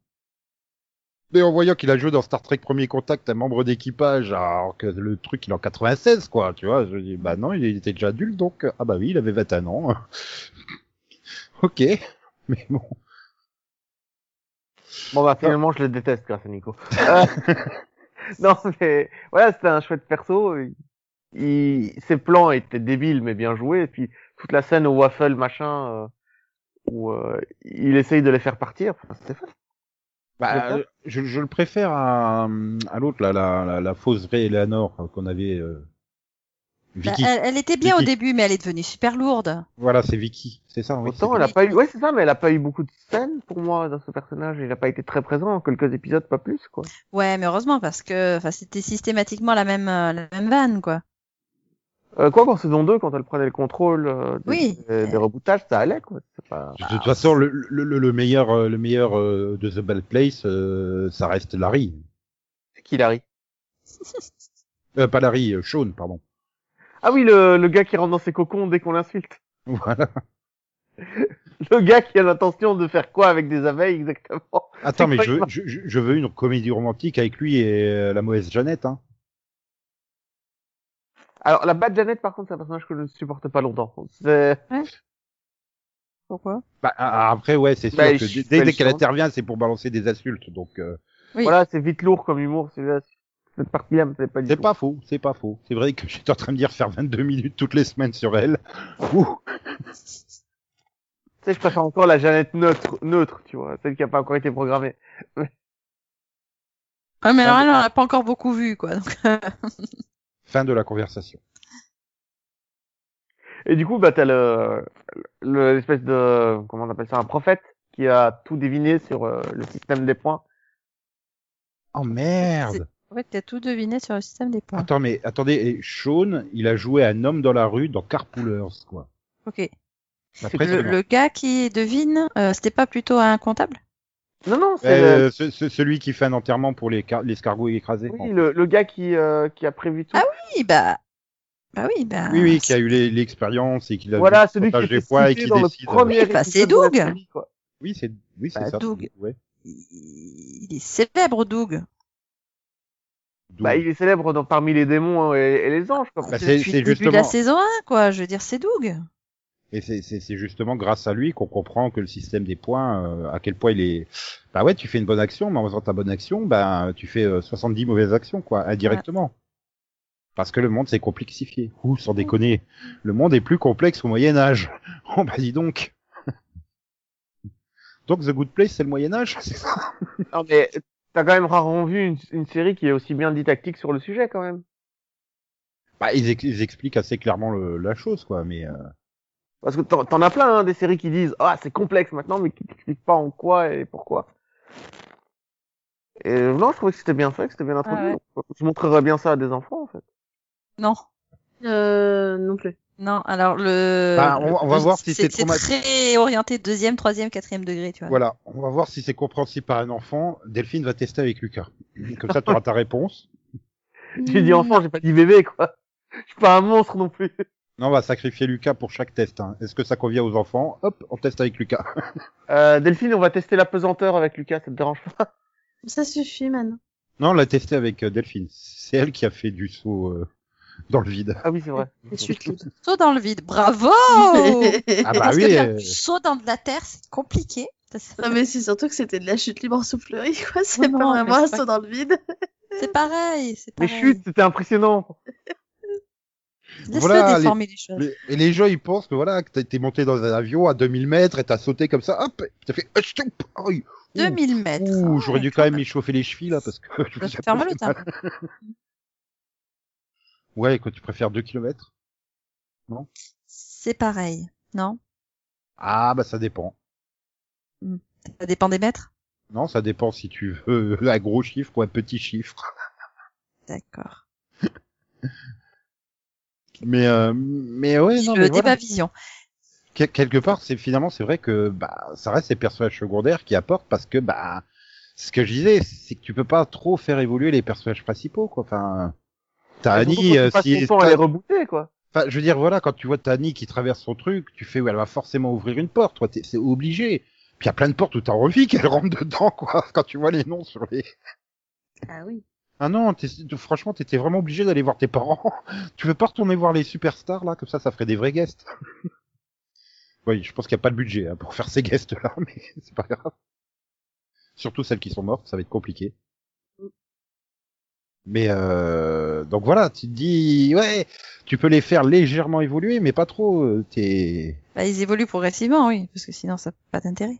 Speaker 1: Mais en voyant qu'il a joué dans Star Trek Premier Contact, un membre d'équipage, alors que le truc, il est en 96, quoi, tu vois. Je dis, bah non, il était déjà adulte, donc, euh, ah bah oui, il avait 21 ans. ok. Mais bon.
Speaker 3: Bon bah finalement, je le déteste grâce à Nico. Euh, non mais voilà, c'était un chouette perso. Il- Il... Ses plans étaient débiles mais bien joués. Et puis toute la scène au waffle machin euh, où euh, il essaye de les faire partir. Enfin, c'était fun.
Speaker 1: Bah, euh, je, je le préfère à, à l'autre, là, la, la, la fausse vraie Eleanor euh, qu'on avait. euh,
Speaker 2: Bah,
Speaker 1: Vicky.
Speaker 2: elle, elle était bien
Speaker 1: Vicky.
Speaker 2: au début, mais elle est devenue super lourde.
Speaker 1: Voilà, c'est Vicky, c'est ça. oui,
Speaker 3: Autant
Speaker 1: c'est
Speaker 3: elle a
Speaker 1: Vicky.
Speaker 3: pas eu. Ouais c'est ça, mais elle a pas eu beaucoup de scènes pour moi dans ce personnage. Il a pas été très présent, quelques épisodes pas plus quoi.
Speaker 2: Ouais, mais heureusement parce que, enfin, c'était systématiquement la même, euh, la même vanne, quoi.
Speaker 3: Euh, quoi qu'en saison 2, quand elle prenait le contrôle euh, des,
Speaker 2: Oui.
Speaker 3: des, des rebootages, ça allait quoi. C'est pas.
Speaker 1: De toute façon, le, le, le- le meilleur, euh, le meilleur euh, de The Bad Place, euh, ça reste Larry.
Speaker 3: C'est qui Larry
Speaker 1: Euh, pas Larry, euh, Sean, pardon.
Speaker 3: Ah oui, le, le gars qui rentre dans ses cocons dès qu'on l'insulte.
Speaker 1: Voilà.
Speaker 3: Le gars qui a l'intention de faire quoi avec des abeilles exactement
Speaker 1: Attends, mais
Speaker 3: quoi,
Speaker 1: je,
Speaker 3: il
Speaker 1: veux-
Speaker 3: va-
Speaker 1: je, je- je veux une comédie romantique avec lui et euh, la mauvaise Jeannette. Hein.
Speaker 3: Alors la Bad Janet par contre c'est un personnage que je ne supporte pas longtemps. C'est-
Speaker 2: Pourquoi
Speaker 1: Bah, a- après, ouais, c'est sûr
Speaker 3: Bah,
Speaker 1: que
Speaker 3: je-
Speaker 1: dès,
Speaker 3: je-
Speaker 1: dès qu'elle
Speaker 3: je-
Speaker 1: intervient, c'est pour balancer des insultes. Donc, euh,
Speaker 2: Oui.
Speaker 3: Voilà c'est vite lourd comme humour celui-là. Cette partie-là me plaît pas du
Speaker 1: c'est
Speaker 3: tout.
Speaker 1: pas faux, c'est pas faux. C'est vrai que j'étais en train de dire faire 22 minutes toutes les semaines sur elle. Ouh.
Speaker 3: Tu sais je préfère encore la Janet neutre, neutre tu vois, celle qui a pas encore été programmée.
Speaker 2: Ouais, mais alors
Speaker 3: Ah,
Speaker 2: elle on l'a pas encore beaucoup vu, quoi. Donc, euh,
Speaker 1: Fin de la conversation.
Speaker 3: Et du coup bah t'as le le- l'espèce de comment on appelle ça un prophète qui a tout deviné sur euh, le système des points.
Speaker 1: Oh merde
Speaker 2: Ouais, que t'as tout deviné sur le système des points.
Speaker 1: Attends, mais attendez, et Sean, il a joué un homme dans la rue dans Carpoolers, quoi.
Speaker 2: Ok.
Speaker 1: Ah. C'est
Speaker 2: Le,
Speaker 1: impressionnant.
Speaker 2: le gars qui devine, euh, c'était pas plutôt un comptable
Speaker 3: Non, non, c'est le-
Speaker 1: Euh, ce- ce- celui qui fait un enterrement pour les car- l'escargot écrasé.
Speaker 3: oui,
Speaker 1: en fait.
Speaker 3: le, le gars qui, euh, qui a prévu tout.
Speaker 2: Ah Oui, bah. Bah oui, bah.
Speaker 1: Oui, oui, qui a eu les- l'expérience et qui l'a
Speaker 3: voilà,
Speaker 1: vu
Speaker 3: celui qui
Speaker 1: partager
Speaker 3: était
Speaker 1: les poids et
Speaker 3: cité
Speaker 1: qui
Speaker 3: dans
Speaker 1: décide.
Speaker 3: le premier
Speaker 2: Oui, bah, c'est
Speaker 3: épisode de la
Speaker 2: Doug.
Speaker 3: série, quoi.
Speaker 1: Oui, c'est oui, c'est
Speaker 2: Bah,
Speaker 1: ça.
Speaker 2: Doug.
Speaker 1: Ouais.
Speaker 2: Il il est célèbre, Doug.
Speaker 1: Doug.
Speaker 3: Bah, il est célèbre dans, parmi les démons euh, et, et les anges. Quoi.
Speaker 1: Bah, c'est
Speaker 2: Depuis le
Speaker 1: c'est
Speaker 2: début de la
Speaker 1: justement
Speaker 2: saison 1, quoi. Je veux dire, c'est Doug.
Speaker 1: et c'est- c'est c'est justement grâce à lui qu'on comprend que le système des points euh, à quel point il est bah ouais, tu fais une bonne action, mais en faisant ta bonne action, bah tu fais euh, 70 mauvaises actions quoi, indirectement. Parce que le monde s'est complexifié. Ouh, sans déconner, le monde est plus complexe au Moyen Âge. Oh bah dis donc. donc The Good Place, c'est le Moyen Âge, c'est ça
Speaker 3: Non, mais t'as quand même rarement vu une, une série qui est aussi bien didactique sur le sujet, quand même.
Speaker 1: Bah, ils, ex- ils expliquent assez clairement le- la chose, quoi. Mais euh,
Speaker 3: Parce que t'en t'en as plein, hein, des séries qui disent Ah, c'est complexe maintenant, mais qui t'expliquent pas en quoi et pourquoi. Et euh, non, je trouvais que c'était bien fait, que c'était bien introduit.
Speaker 2: ouais.
Speaker 3: donc, Je montrerais bien ça à des enfants, en fait.
Speaker 2: Non.
Speaker 5: Euh, non plus.
Speaker 2: Non, alors le.
Speaker 1: Bah, on va- on va
Speaker 2: le-
Speaker 1: voir si c'est traumat-
Speaker 2: très orienté deuxième, troisième, quatrième degré, tu vois.
Speaker 1: voilà, on va voir si c'est compréhensible par un enfant. Delphine va tester avec Lucas. Comme ça, tu auras ta réponse.
Speaker 3: J'ai dit enfant, j'ai pas dit bébé, quoi. Je suis pas un monstre non plus.
Speaker 1: Non, on va sacrifier Lucas pour chaque test. hein. Est-ce que ça convient aux enfants Hop, on teste avec Lucas.
Speaker 3: Euh, Delphine, on va tester la pesanteur avec Lucas, ça te dérange pas
Speaker 5: Mm. Ça suffit maintenant.
Speaker 1: non, on l'a testé avec euh, Delphine. C'est elle qui a fait du saut euh, dans le vide.
Speaker 3: Ah oui, c'est vrai.
Speaker 5: Et tu te loues.
Speaker 2: Saut dans le vide, bravo Oh.
Speaker 1: Ah bah
Speaker 2: Parce que
Speaker 1: oui.
Speaker 2: faire
Speaker 1: euh,
Speaker 2: du saut dans de la terre, c'est compliqué. Ça, C'est
Speaker 5: Non mais c'est surtout que c'était de la chute libre en soufflerie quoi, c'est
Speaker 2: Ouais,
Speaker 5: pas
Speaker 2: Oh non, mais
Speaker 5: vraiment un
Speaker 2: c'est pas-
Speaker 5: saut dans le vide.
Speaker 2: c'est pareil, c'est
Speaker 3: Les
Speaker 2: pareil.
Speaker 3: chutes, c'était impressionnant.
Speaker 2: Laisse-le
Speaker 1: Voilà,
Speaker 2: déformer les choses.
Speaker 1: les- Et les gens, ils pensent que voilà, que t'as été monté dans un avion à 2000 mètres et t'as sauté comme ça. Hop, t'as fait. Achtou Aïe. Ouh.
Speaker 2: 2000 mètres.
Speaker 1: Ouh,
Speaker 2: Ah,
Speaker 1: j'aurais dû
Speaker 2: ouais,
Speaker 1: quand même y chauffer les chevilles là parce que. je
Speaker 2: Ça
Speaker 1: vous
Speaker 2: va
Speaker 1: ai
Speaker 2: faire
Speaker 1: pas
Speaker 2: mal au
Speaker 1: fait
Speaker 2: timbre.
Speaker 1: Ouais, quand tu préfères 2 kilomètres.
Speaker 2: C'est pareil, non
Speaker 1: Ah bah ça dépend.
Speaker 2: Ça dépend des mètres
Speaker 1: Non, ça dépend si tu veux un gros chiffre ou un petit chiffre.
Speaker 2: D'accord.
Speaker 1: Mais euh, mais ouais, non,
Speaker 2: le
Speaker 1: mais
Speaker 2: débat
Speaker 1: voilà.
Speaker 2: vision.
Speaker 1: Quel- quelque part, c'est finalement c'est vrai que bah ça reste ces personnages secondaires qui apportent parce que bah ce que je disais, c'est que tu peux pas trop faire évoluer les personnages principaux quoi. Enfin, t'as
Speaker 3: Surtout
Speaker 1: Annie,
Speaker 3: quand
Speaker 1: euh,
Speaker 3: tu passes
Speaker 1: si-
Speaker 3: ton temps à les rebooter, quoi.
Speaker 1: Enfin, je veux dire, voilà, quand tu vois Tani qui traverse son truc, tu fais, ouais, elle va forcément ouvrir une porte, toi, t'es- c'est obligé. Puis il y a plein de portes où t'as envie qu'elle rentre dedans, quoi, quand tu vois les noms sur les...
Speaker 5: Ah oui.
Speaker 1: Ah non, t'es- franchement, t'étais vraiment obligé d'aller voir tes parents. tu veux pas retourner voir les superstars, là, comme ça, ça ferait des vrais guests. oui, je pense qu'il n'y a pas le budget hein, pour faire ces guests-là, mais c'est pas grave. Surtout celles qui sont mortes, ça va être compliqué. Mais euh, donc voilà, tu te dis ouais, tu peux les faire légèrement évoluer, mais pas trop. euh, T'es
Speaker 2: Bah, ils évoluent progressivement, oui, parce que sinon ça n'a pas d'intérêt.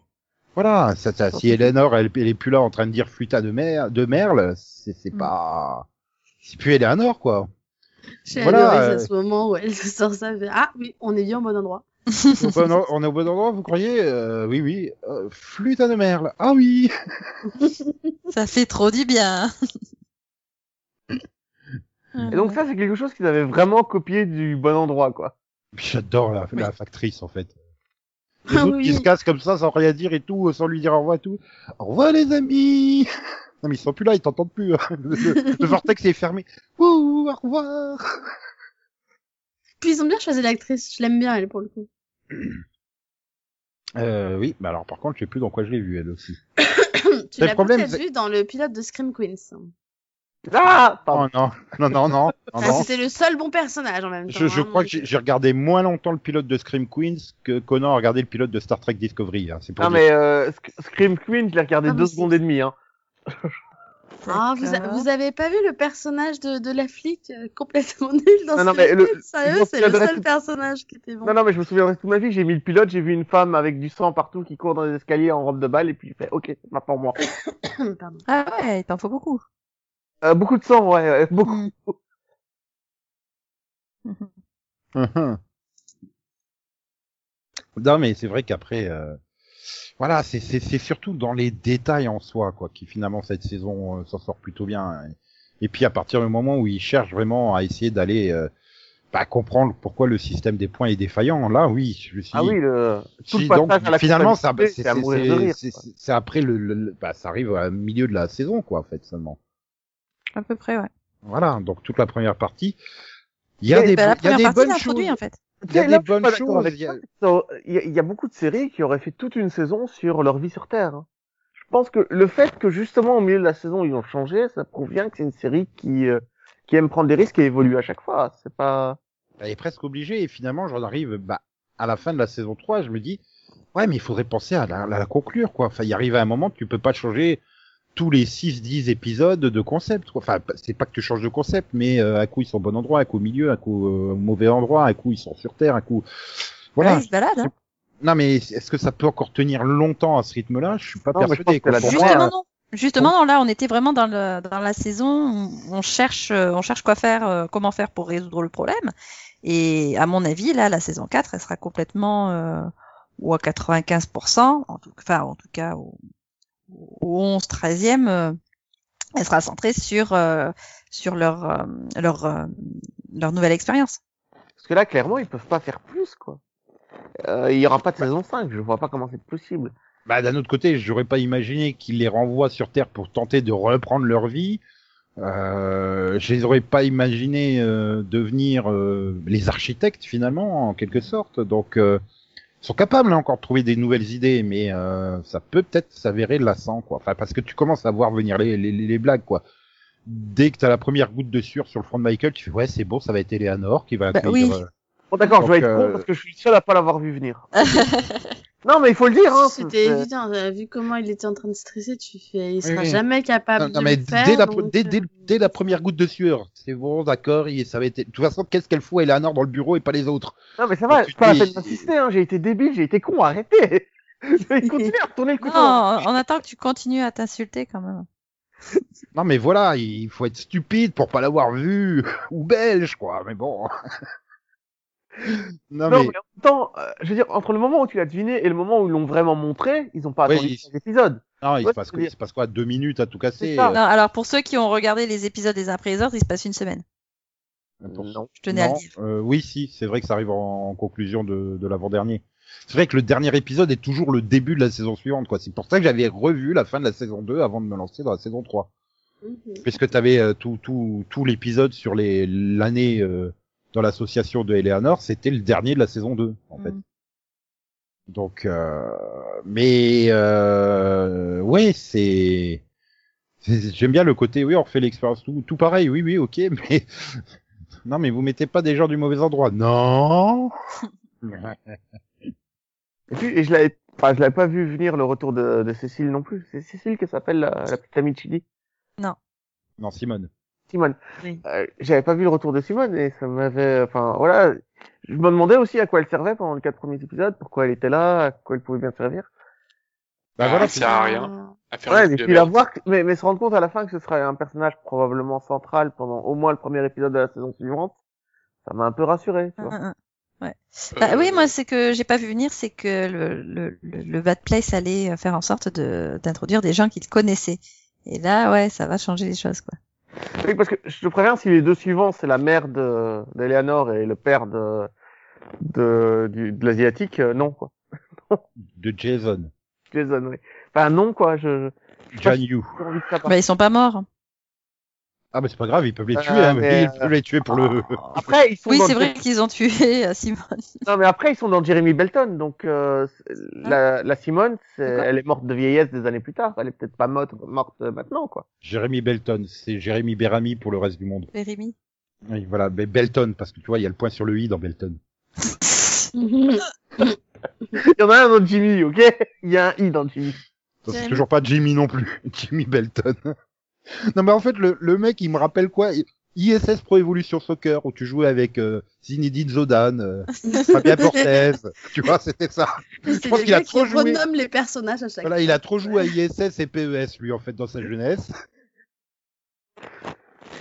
Speaker 1: voilà, ça, ça- si
Speaker 2: Surtout-
Speaker 1: Eleanor elle, elle est plus là en train de dire futa de mer de merle, c'est c'est
Speaker 2: Mm.
Speaker 1: pas c'est plus Eleanor quoi.
Speaker 5: J'ai
Speaker 1: Voilà,
Speaker 5: adoré
Speaker 1: euh.
Speaker 5: ça, ce moment où elle sort ça elle fait, Ah oui, on est bien au bon endroit.
Speaker 1: Au bon en- on est au bon endroit, vous croyez Euh, Oui, oui. Euh, flûte à de merle. Ah oui.
Speaker 2: Ça fait trop du bien. Ah,
Speaker 3: Et donc ça, c'est quelque chose qu'ils avaient vraiment copié du bon endroit, quoi.
Speaker 1: Puis J'adore la, la factrice en fait. Les
Speaker 5: Ah
Speaker 1: autres qui
Speaker 5: oui.
Speaker 1: se cassent comme ça sans rien dire et tout, euh, sans lui dire au revoir et tout. Au revoir les amis. Non mais ils sont plus là, ils t'entendent plus. hein. Le, le vortex est fermé. Ouh, au revoir.
Speaker 5: Puis ils ont bien choisi l'actrice, je l'aime bien elle pour le coup.
Speaker 1: Euh, oui, bah alors par contre, je sais plus dans quoi je l'ai vu elle aussi.
Speaker 5: tu l'as
Speaker 1: problème,
Speaker 5: peut-être
Speaker 1: c'est-
Speaker 5: vue dans le pilote de Scream Queens.
Speaker 3: Ah Pardon.
Speaker 1: Oh non, non, non, non, non,
Speaker 5: Ah,
Speaker 1: non.
Speaker 5: C'était le seul bon personnage en même temps.
Speaker 1: Je, je
Speaker 5: hein,
Speaker 1: crois
Speaker 5: donc,
Speaker 1: que j'ai j'ai regardé moins longtemps le pilote de Scream Queens que Conan a regardé le pilote de Star Trek Discovery. hein. C'est pour
Speaker 3: Non,
Speaker 1: dire.
Speaker 3: mais euh, Sc- Scream Queen, je l'ai regardé
Speaker 5: Ah, mais
Speaker 3: deux
Speaker 5: c'est-
Speaker 3: secondes et demie, hein.
Speaker 5: Ah, vous, a-
Speaker 2: D'accord.
Speaker 5: vous avez pas vu le personnage de, de la flic euh, complètement nul dans
Speaker 3: Non, non,
Speaker 5: Scream
Speaker 3: mais le-
Speaker 5: Queens Sérieux,
Speaker 3: je m'en
Speaker 5: c'est le
Speaker 3: souviendrai
Speaker 5: seul
Speaker 3: tout-
Speaker 5: personnage qui était bon.
Speaker 3: Non, non, mais je me souviendrai toute ma vie, j'ai mis le pilote, j'ai vu une femme avec du sang partout qui court dans les escaliers en robe de balle, et puis j'ai fait, ok, c'est pas pour moi.
Speaker 5: Pardon.
Speaker 2: Ah ouais, il t'en faut beaucoup.
Speaker 3: Euh, beaucoup de sang, ouais, ouais, beaucoup.
Speaker 2: Mm.
Speaker 1: non mais c'est vrai qu'après, euh, voilà, c'est- c'est c'est surtout dans les détails en soi, quoi, qui finalement cette saison euh, s'en sort plutôt bien. Et puis à partir du moment où ils cherchent vraiment à essayer d'aller euh, bah, comprendre pourquoi le système des points est défaillant, là oui, je me suis
Speaker 3: Ah
Speaker 1: dit,
Speaker 3: oui, le... tout
Speaker 1: si,
Speaker 3: le
Speaker 1: donc,
Speaker 3: passage à la
Speaker 1: finalement, ça, bah,
Speaker 3: culpabilité,
Speaker 1: c'est-
Speaker 3: c'est à mourir de
Speaker 1: c'est-
Speaker 3: rire.
Speaker 1: c'est- c'est- c'est après le, le- le- bah, ça arrive au milieu de la saison, quoi, en fait, seulement.
Speaker 2: à peu près, ouais.
Speaker 1: Voilà, donc toute la première partie. Il y a
Speaker 3: Mais,
Speaker 1: des,
Speaker 2: Bah, la hein.
Speaker 1: il y a
Speaker 2: première
Speaker 1: des
Speaker 2: partie
Speaker 1: bonnes
Speaker 2: l'introduit,
Speaker 1: choses.
Speaker 2: en fait.
Speaker 1: Il y a
Speaker 3: Là,
Speaker 1: des
Speaker 3: je suis
Speaker 1: bonnes
Speaker 3: pas d'accord
Speaker 1: choses.
Speaker 3: avec
Speaker 1: il y a-
Speaker 3: toi. So, Il y, a- il y a beaucoup de séries qui auraient fait toute une saison sur leur vie sur Terre. hein. Je pense que le fait que justement au milieu de la saison ils ont changé, ça prouve bien que c'est une série qui euh, qui aime prendre des risques et évolue à chaque fois. C'est pas.
Speaker 1: Elle est presque obligée, et finalement, j'en arrive, bah, à la fin de la saison 3, je me dis, ouais, mais il faudrait penser à la, à la conclure, quoi. Enfin, il arrive à un moment, tu peux pas changer tous les 6, 10 épisodes de concept, quoi. Enfin, c'est pas que tu changes de concept, mais euh, à coup, ils sont au bon endroit, à coup, au milieu, à coup, euh, au mauvais endroit, à coup, ils sont sur Terre, à coup. Voilà.
Speaker 2: Ouais, il se balade. hein.
Speaker 1: Non, mais est-ce que ça peut encore tenir longtemps à ce rythme-là Je suis pas
Speaker 3: Non, mais je
Speaker 1: persuadé.
Speaker 3: pense que
Speaker 1: quoi.
Speaker 3: la
Speaker 1: Pour
Speaker 3: dernière-
Speaker 1: moi,
Speaker 2: Bah, Justement, non. hein. Justement, non, là, on était vraiment dans, le, dans la saison. où On cherche, euh, on cherche quoi faire, euh, comment faire pour résoudre le problème. Et à mon avis, là, la saison 4, elle sera complètement, euh, ou à 95%, en tout, enfin, en tout cas, au, au 11, 13e, euh, elle sera centrée sur, euh, sur leur, euh, leur, euh, leur nouvelle expérience.
Speaker 3: Parce que là, clairement, ils peuvent pas faire plus, quoi. Euh, il y aura pas de saison 5, je vois pas comment c'est possible.
Speaker 1: bah, d'un autre côté, j'aurais pas imaginé qu'ils les renvoient sur Terre pour tenter de reprendre leur vie. Euh, je les aurais pas imaginé euh, devenir euh, les architectes finalement, en quelque sorte. Donc, euh, ils sont capables là, encore de trouver des nouvelles idées, mais euh, ça peut peut-être s'avérer lassant, quoi. Enfin, parce que tu commences à voir venir les, les, les blagues, quoi. Dès que t'as la première goutte de sueur sur le front de Michael, tu fais ouais, c'est bon, ça va être Eleanor qui va
Speaker 2: Bah
Speaker 1: accueillir,
Speaker 2: oui.
Speaker 1: euh,
Speaker 3: Bon d'accord, je vais
Speaker 1: Donc,
Speaker 3: être con
Speaker 1: euh,
Speaker 3: parce que je suis le seul à pas l'avoir vu venir. non mais il faut le dire, hein.
Speaker 5: C'était
Speaker 3: c'est-
Speaker 5: évident, euh, vu comment il était en train de stresser, tu fais, il sera
Speaker 1: Oui.
Speaker 5: jamais capable
Speaker 1: Non, non,
Speaker 5: de
Speaker 1: mais
Speaker 5: Ah, le faire.
Speaker 1: dès, la,
Speaker 5: donc,
Speaker 1: dès, dès-
Speaker 5: euh,
Speaker 1: dès la première goutte de sueur, c'est bon, d'accord, il- ça va être... De toute façon, qu'est-ce qu'elle fout, Eleanor, dans le bureau et pas les autres
Speaker 3: Non mais ça va,
Speaker 1: Tu
Speaker 3: c'est pas la
Speaker 1: dis-
Speaker 3: peine d'insister, hein. j'ai été débile, j'ai été con, arrêtez Continuez à retourner le
Speaker 2: Non,
Speaker 3: couteau
Speaker 2: on on attend que tu continues à t'insulter quand même.
Speaker 1: Non, mais voilà, il faut être stupide pour pas l'avoir vu, ou belge, quoi, mais bon... non, mais...
Speaker 3: Non, mais... en même temps, euh, je veux dire, entre le moment où tu l'as deviné et le moment où ils l'ont vraiment montré, ils ont pas
Speaker 1: Oui,
Speaker 3: attendu
Speaker 1: ils-
Speaker 3: les épisodes.
Speaker 1: Non, il,
Speaker 3: Ouais,
Speaker 1: se passe
Speaker 3: je
Speaker 1: quoi,
Speaker 3: veux
Speaker 1: il
Speaker 3: dire-
Speaker 1: se passe quoi Deux minutes à tout casser
Speaker 3: C'est ça.
Speaker 1: euh,
Speaker 2: Non, alors pour ceux qui ont regardé les épisodes des uns après les autres, il se passe une semaine.
Speaker 1: euh, pour-
Speaker 3: Non.
Speaker 2: Je tenais à
Speaker 1: Non,
Speaker 2: le dire.
Speaker 1: euh, oui, si, c'est vrai que ça arrive en, en conclusion de, de l'avant-dernier. C'est vrai que le dernier épisode est toujours le début de la saison suivante, quoi. C'est pour ça que j'avais revu la fin de la saison 2 avant de me lancer dans la saison 3.
Speaker 5: mhm.
Speaker 1: puisque tu avais tout, tout, tout l'épisode sur les l'année euh, dans l'association de Eleanor, c'était le dernier de la saison 2 en fait.
Speaker 2: Mm.
Speaker 1: Donc euh, mais euh, ouais, c'est c'est- j'aime bien le côté oui, on refait l'expérience tout tout pareil. Oui oui, OK, mais non mais vous mettez pas des gens du mauvais endroit. Non.
Speaker 3: Et puis, et je l'avais enfin, je l'avais pas vu venir le retour de, de Cécile non plus. C'est Cécile qui s'appelle la, la petite amie de Chili.
Speaker 1: non, Simone.
Speaker 3: Simone.
Speaker 5: Oui.
Speaker 3: Euh, J'avais pas vu le retour de Simone et ça m'avait, enfin voilà, je me demandais aussi à quoi elle servait pendant les quatre premiers épisodes, pourquoi elle était là, à quoi elle pouvait bien servir.
Speaker 1: Bah
Speaker 4: Ah,
Speaker 1: voilà,
Speaker 4: ça sert à rien. À faire
Speaker 3: Ouais,
Speaker 4: une
Speaker 3: mais
Speaker 4: de
Speaker 3: puis la
Speaker 4: merde.
Speaker 3: voir, que- mais, mais se rendre compte à la fin que ce serait un personnage probablement central pendant au moins le premier épisode de la saison suivante, ça m'a un peu rassuré. Tu vois.
Speaker 2: Hein, hein. Bah,
Speaker 4: Euh,
Speaker 2: oui, moi, c'est que j'ai pas vu venir, c'est que le, le, le, le Bad Place allait euh, faire en sorte de d'introduire des gens qu'il connaissait. Et là, ouais, ça va changer les choses, quoi.
Speaker 3: Oui, parce que je te préviens, si les deux suivants c'est la mère de d'Eleanor et le père de de, du- de l'asiatique, euh, non quoi.
Speaker 1: de Jason,
Speaker 3: Jason, oui. Enfin non quoi, je
Speaker 1: Jan Yu.
Speaker 3: j'ai envie de ça.
Speaker 2: Bah, ils sont pas morts.
Speaker 1: Ah mais c'est pas grave, ils peuvent les
Speaker 3: Ah,
Speaker 1: tuer hein,
Speaker 3: mais, ah.
Speaker 1: ils peuvent les tuer pour le
Speaker 3: Après ils sont
Speaker 2: Oui,
Speaker 3: dans
Speaker 2: c'est
Speaker 3: le-
Speaker 2: vrai qu'ils ont tué euh, Simone.
Speaker 3: Non, mais après, ils sont dans Jeremy Belton, donc euh, c'est- la, la Simone, c'est-
Speaker 2: Ah. D'accord.
Speaker 3: elle est morte de vieillesse des années plus tard. Elle est peut-être pas morte, morte euh, maintenant, quoi.
Speaker 1: Jérémy Belton, c'est Jérémy Berami pour le reste du monde.
Speaker 2: Jérémy.
Speaker 1: Oui, voilà, mais Belton, parce que tu vois, il y a le point sur le i dans Belton.
Speaker 5: Ah.
Speaker 3: Il y en a un dans Jimmy, ok Il y a un i dans Jimmy.
Speaker 1: Donc, C'est
Speaker 5: Jérémy.
Speaker 1: toujours pas Jimmy non plus, Jimmy Belton. non, mais en fait, le, le mec, il me rappelle quoi ISS Pro Evolution Soccer, où tu jouais avec euh, Zinedine Zodan, euh, Fabien Cortez, tu vois, c'était ça.
Speaker 5: C'est
Speaker 1: pense
Speaker 5: le
Speaker 1: qu'il a
Speaker 5: gars qui
Speaker 1: trop joué.
Speaker 5: renomme les personnages à chaque
Speaker 1: Voilà, il a trop joué à ISS et PES, lui, en fait, dans sa jeunesse.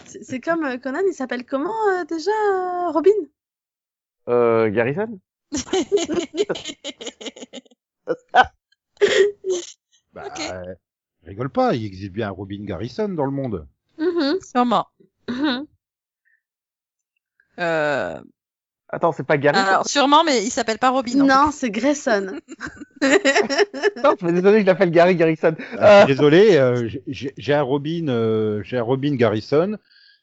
Speaker 5: C'est c'est comme euh, Conan, il s'appelle comment euh, déjà euh, Robin
Speaker 3: Euh, Garrison
Speaker 1: Bah,
Speaker 2: Ok.
Speaker 1: euh, rigole pas, il existe bien un Robin Garrison dans le monde.
Speaker 2: Mm-hmm.
Speaker 5: Mhm,
Speaker 2: Sûrement.
Speaker 5: mhm.
Speaker 2: Euh,
Speaker 3: Attends, c'est pas Gary
Speaker 2: Ah, alors, sûrement, mais il s'appelle pas Robin. en
Speaker 5: Non, c'est Grayson.
Speaker 3: Attends, je suis désolé, je l'appelle Gary Garrison.
Speaker 1: Ah,
Speaker 3: Euh.
Speaker 1: je suis Désolé, euh, j'ai- j'ai j'ai un Robin, euh, j'ai un Robin Garrison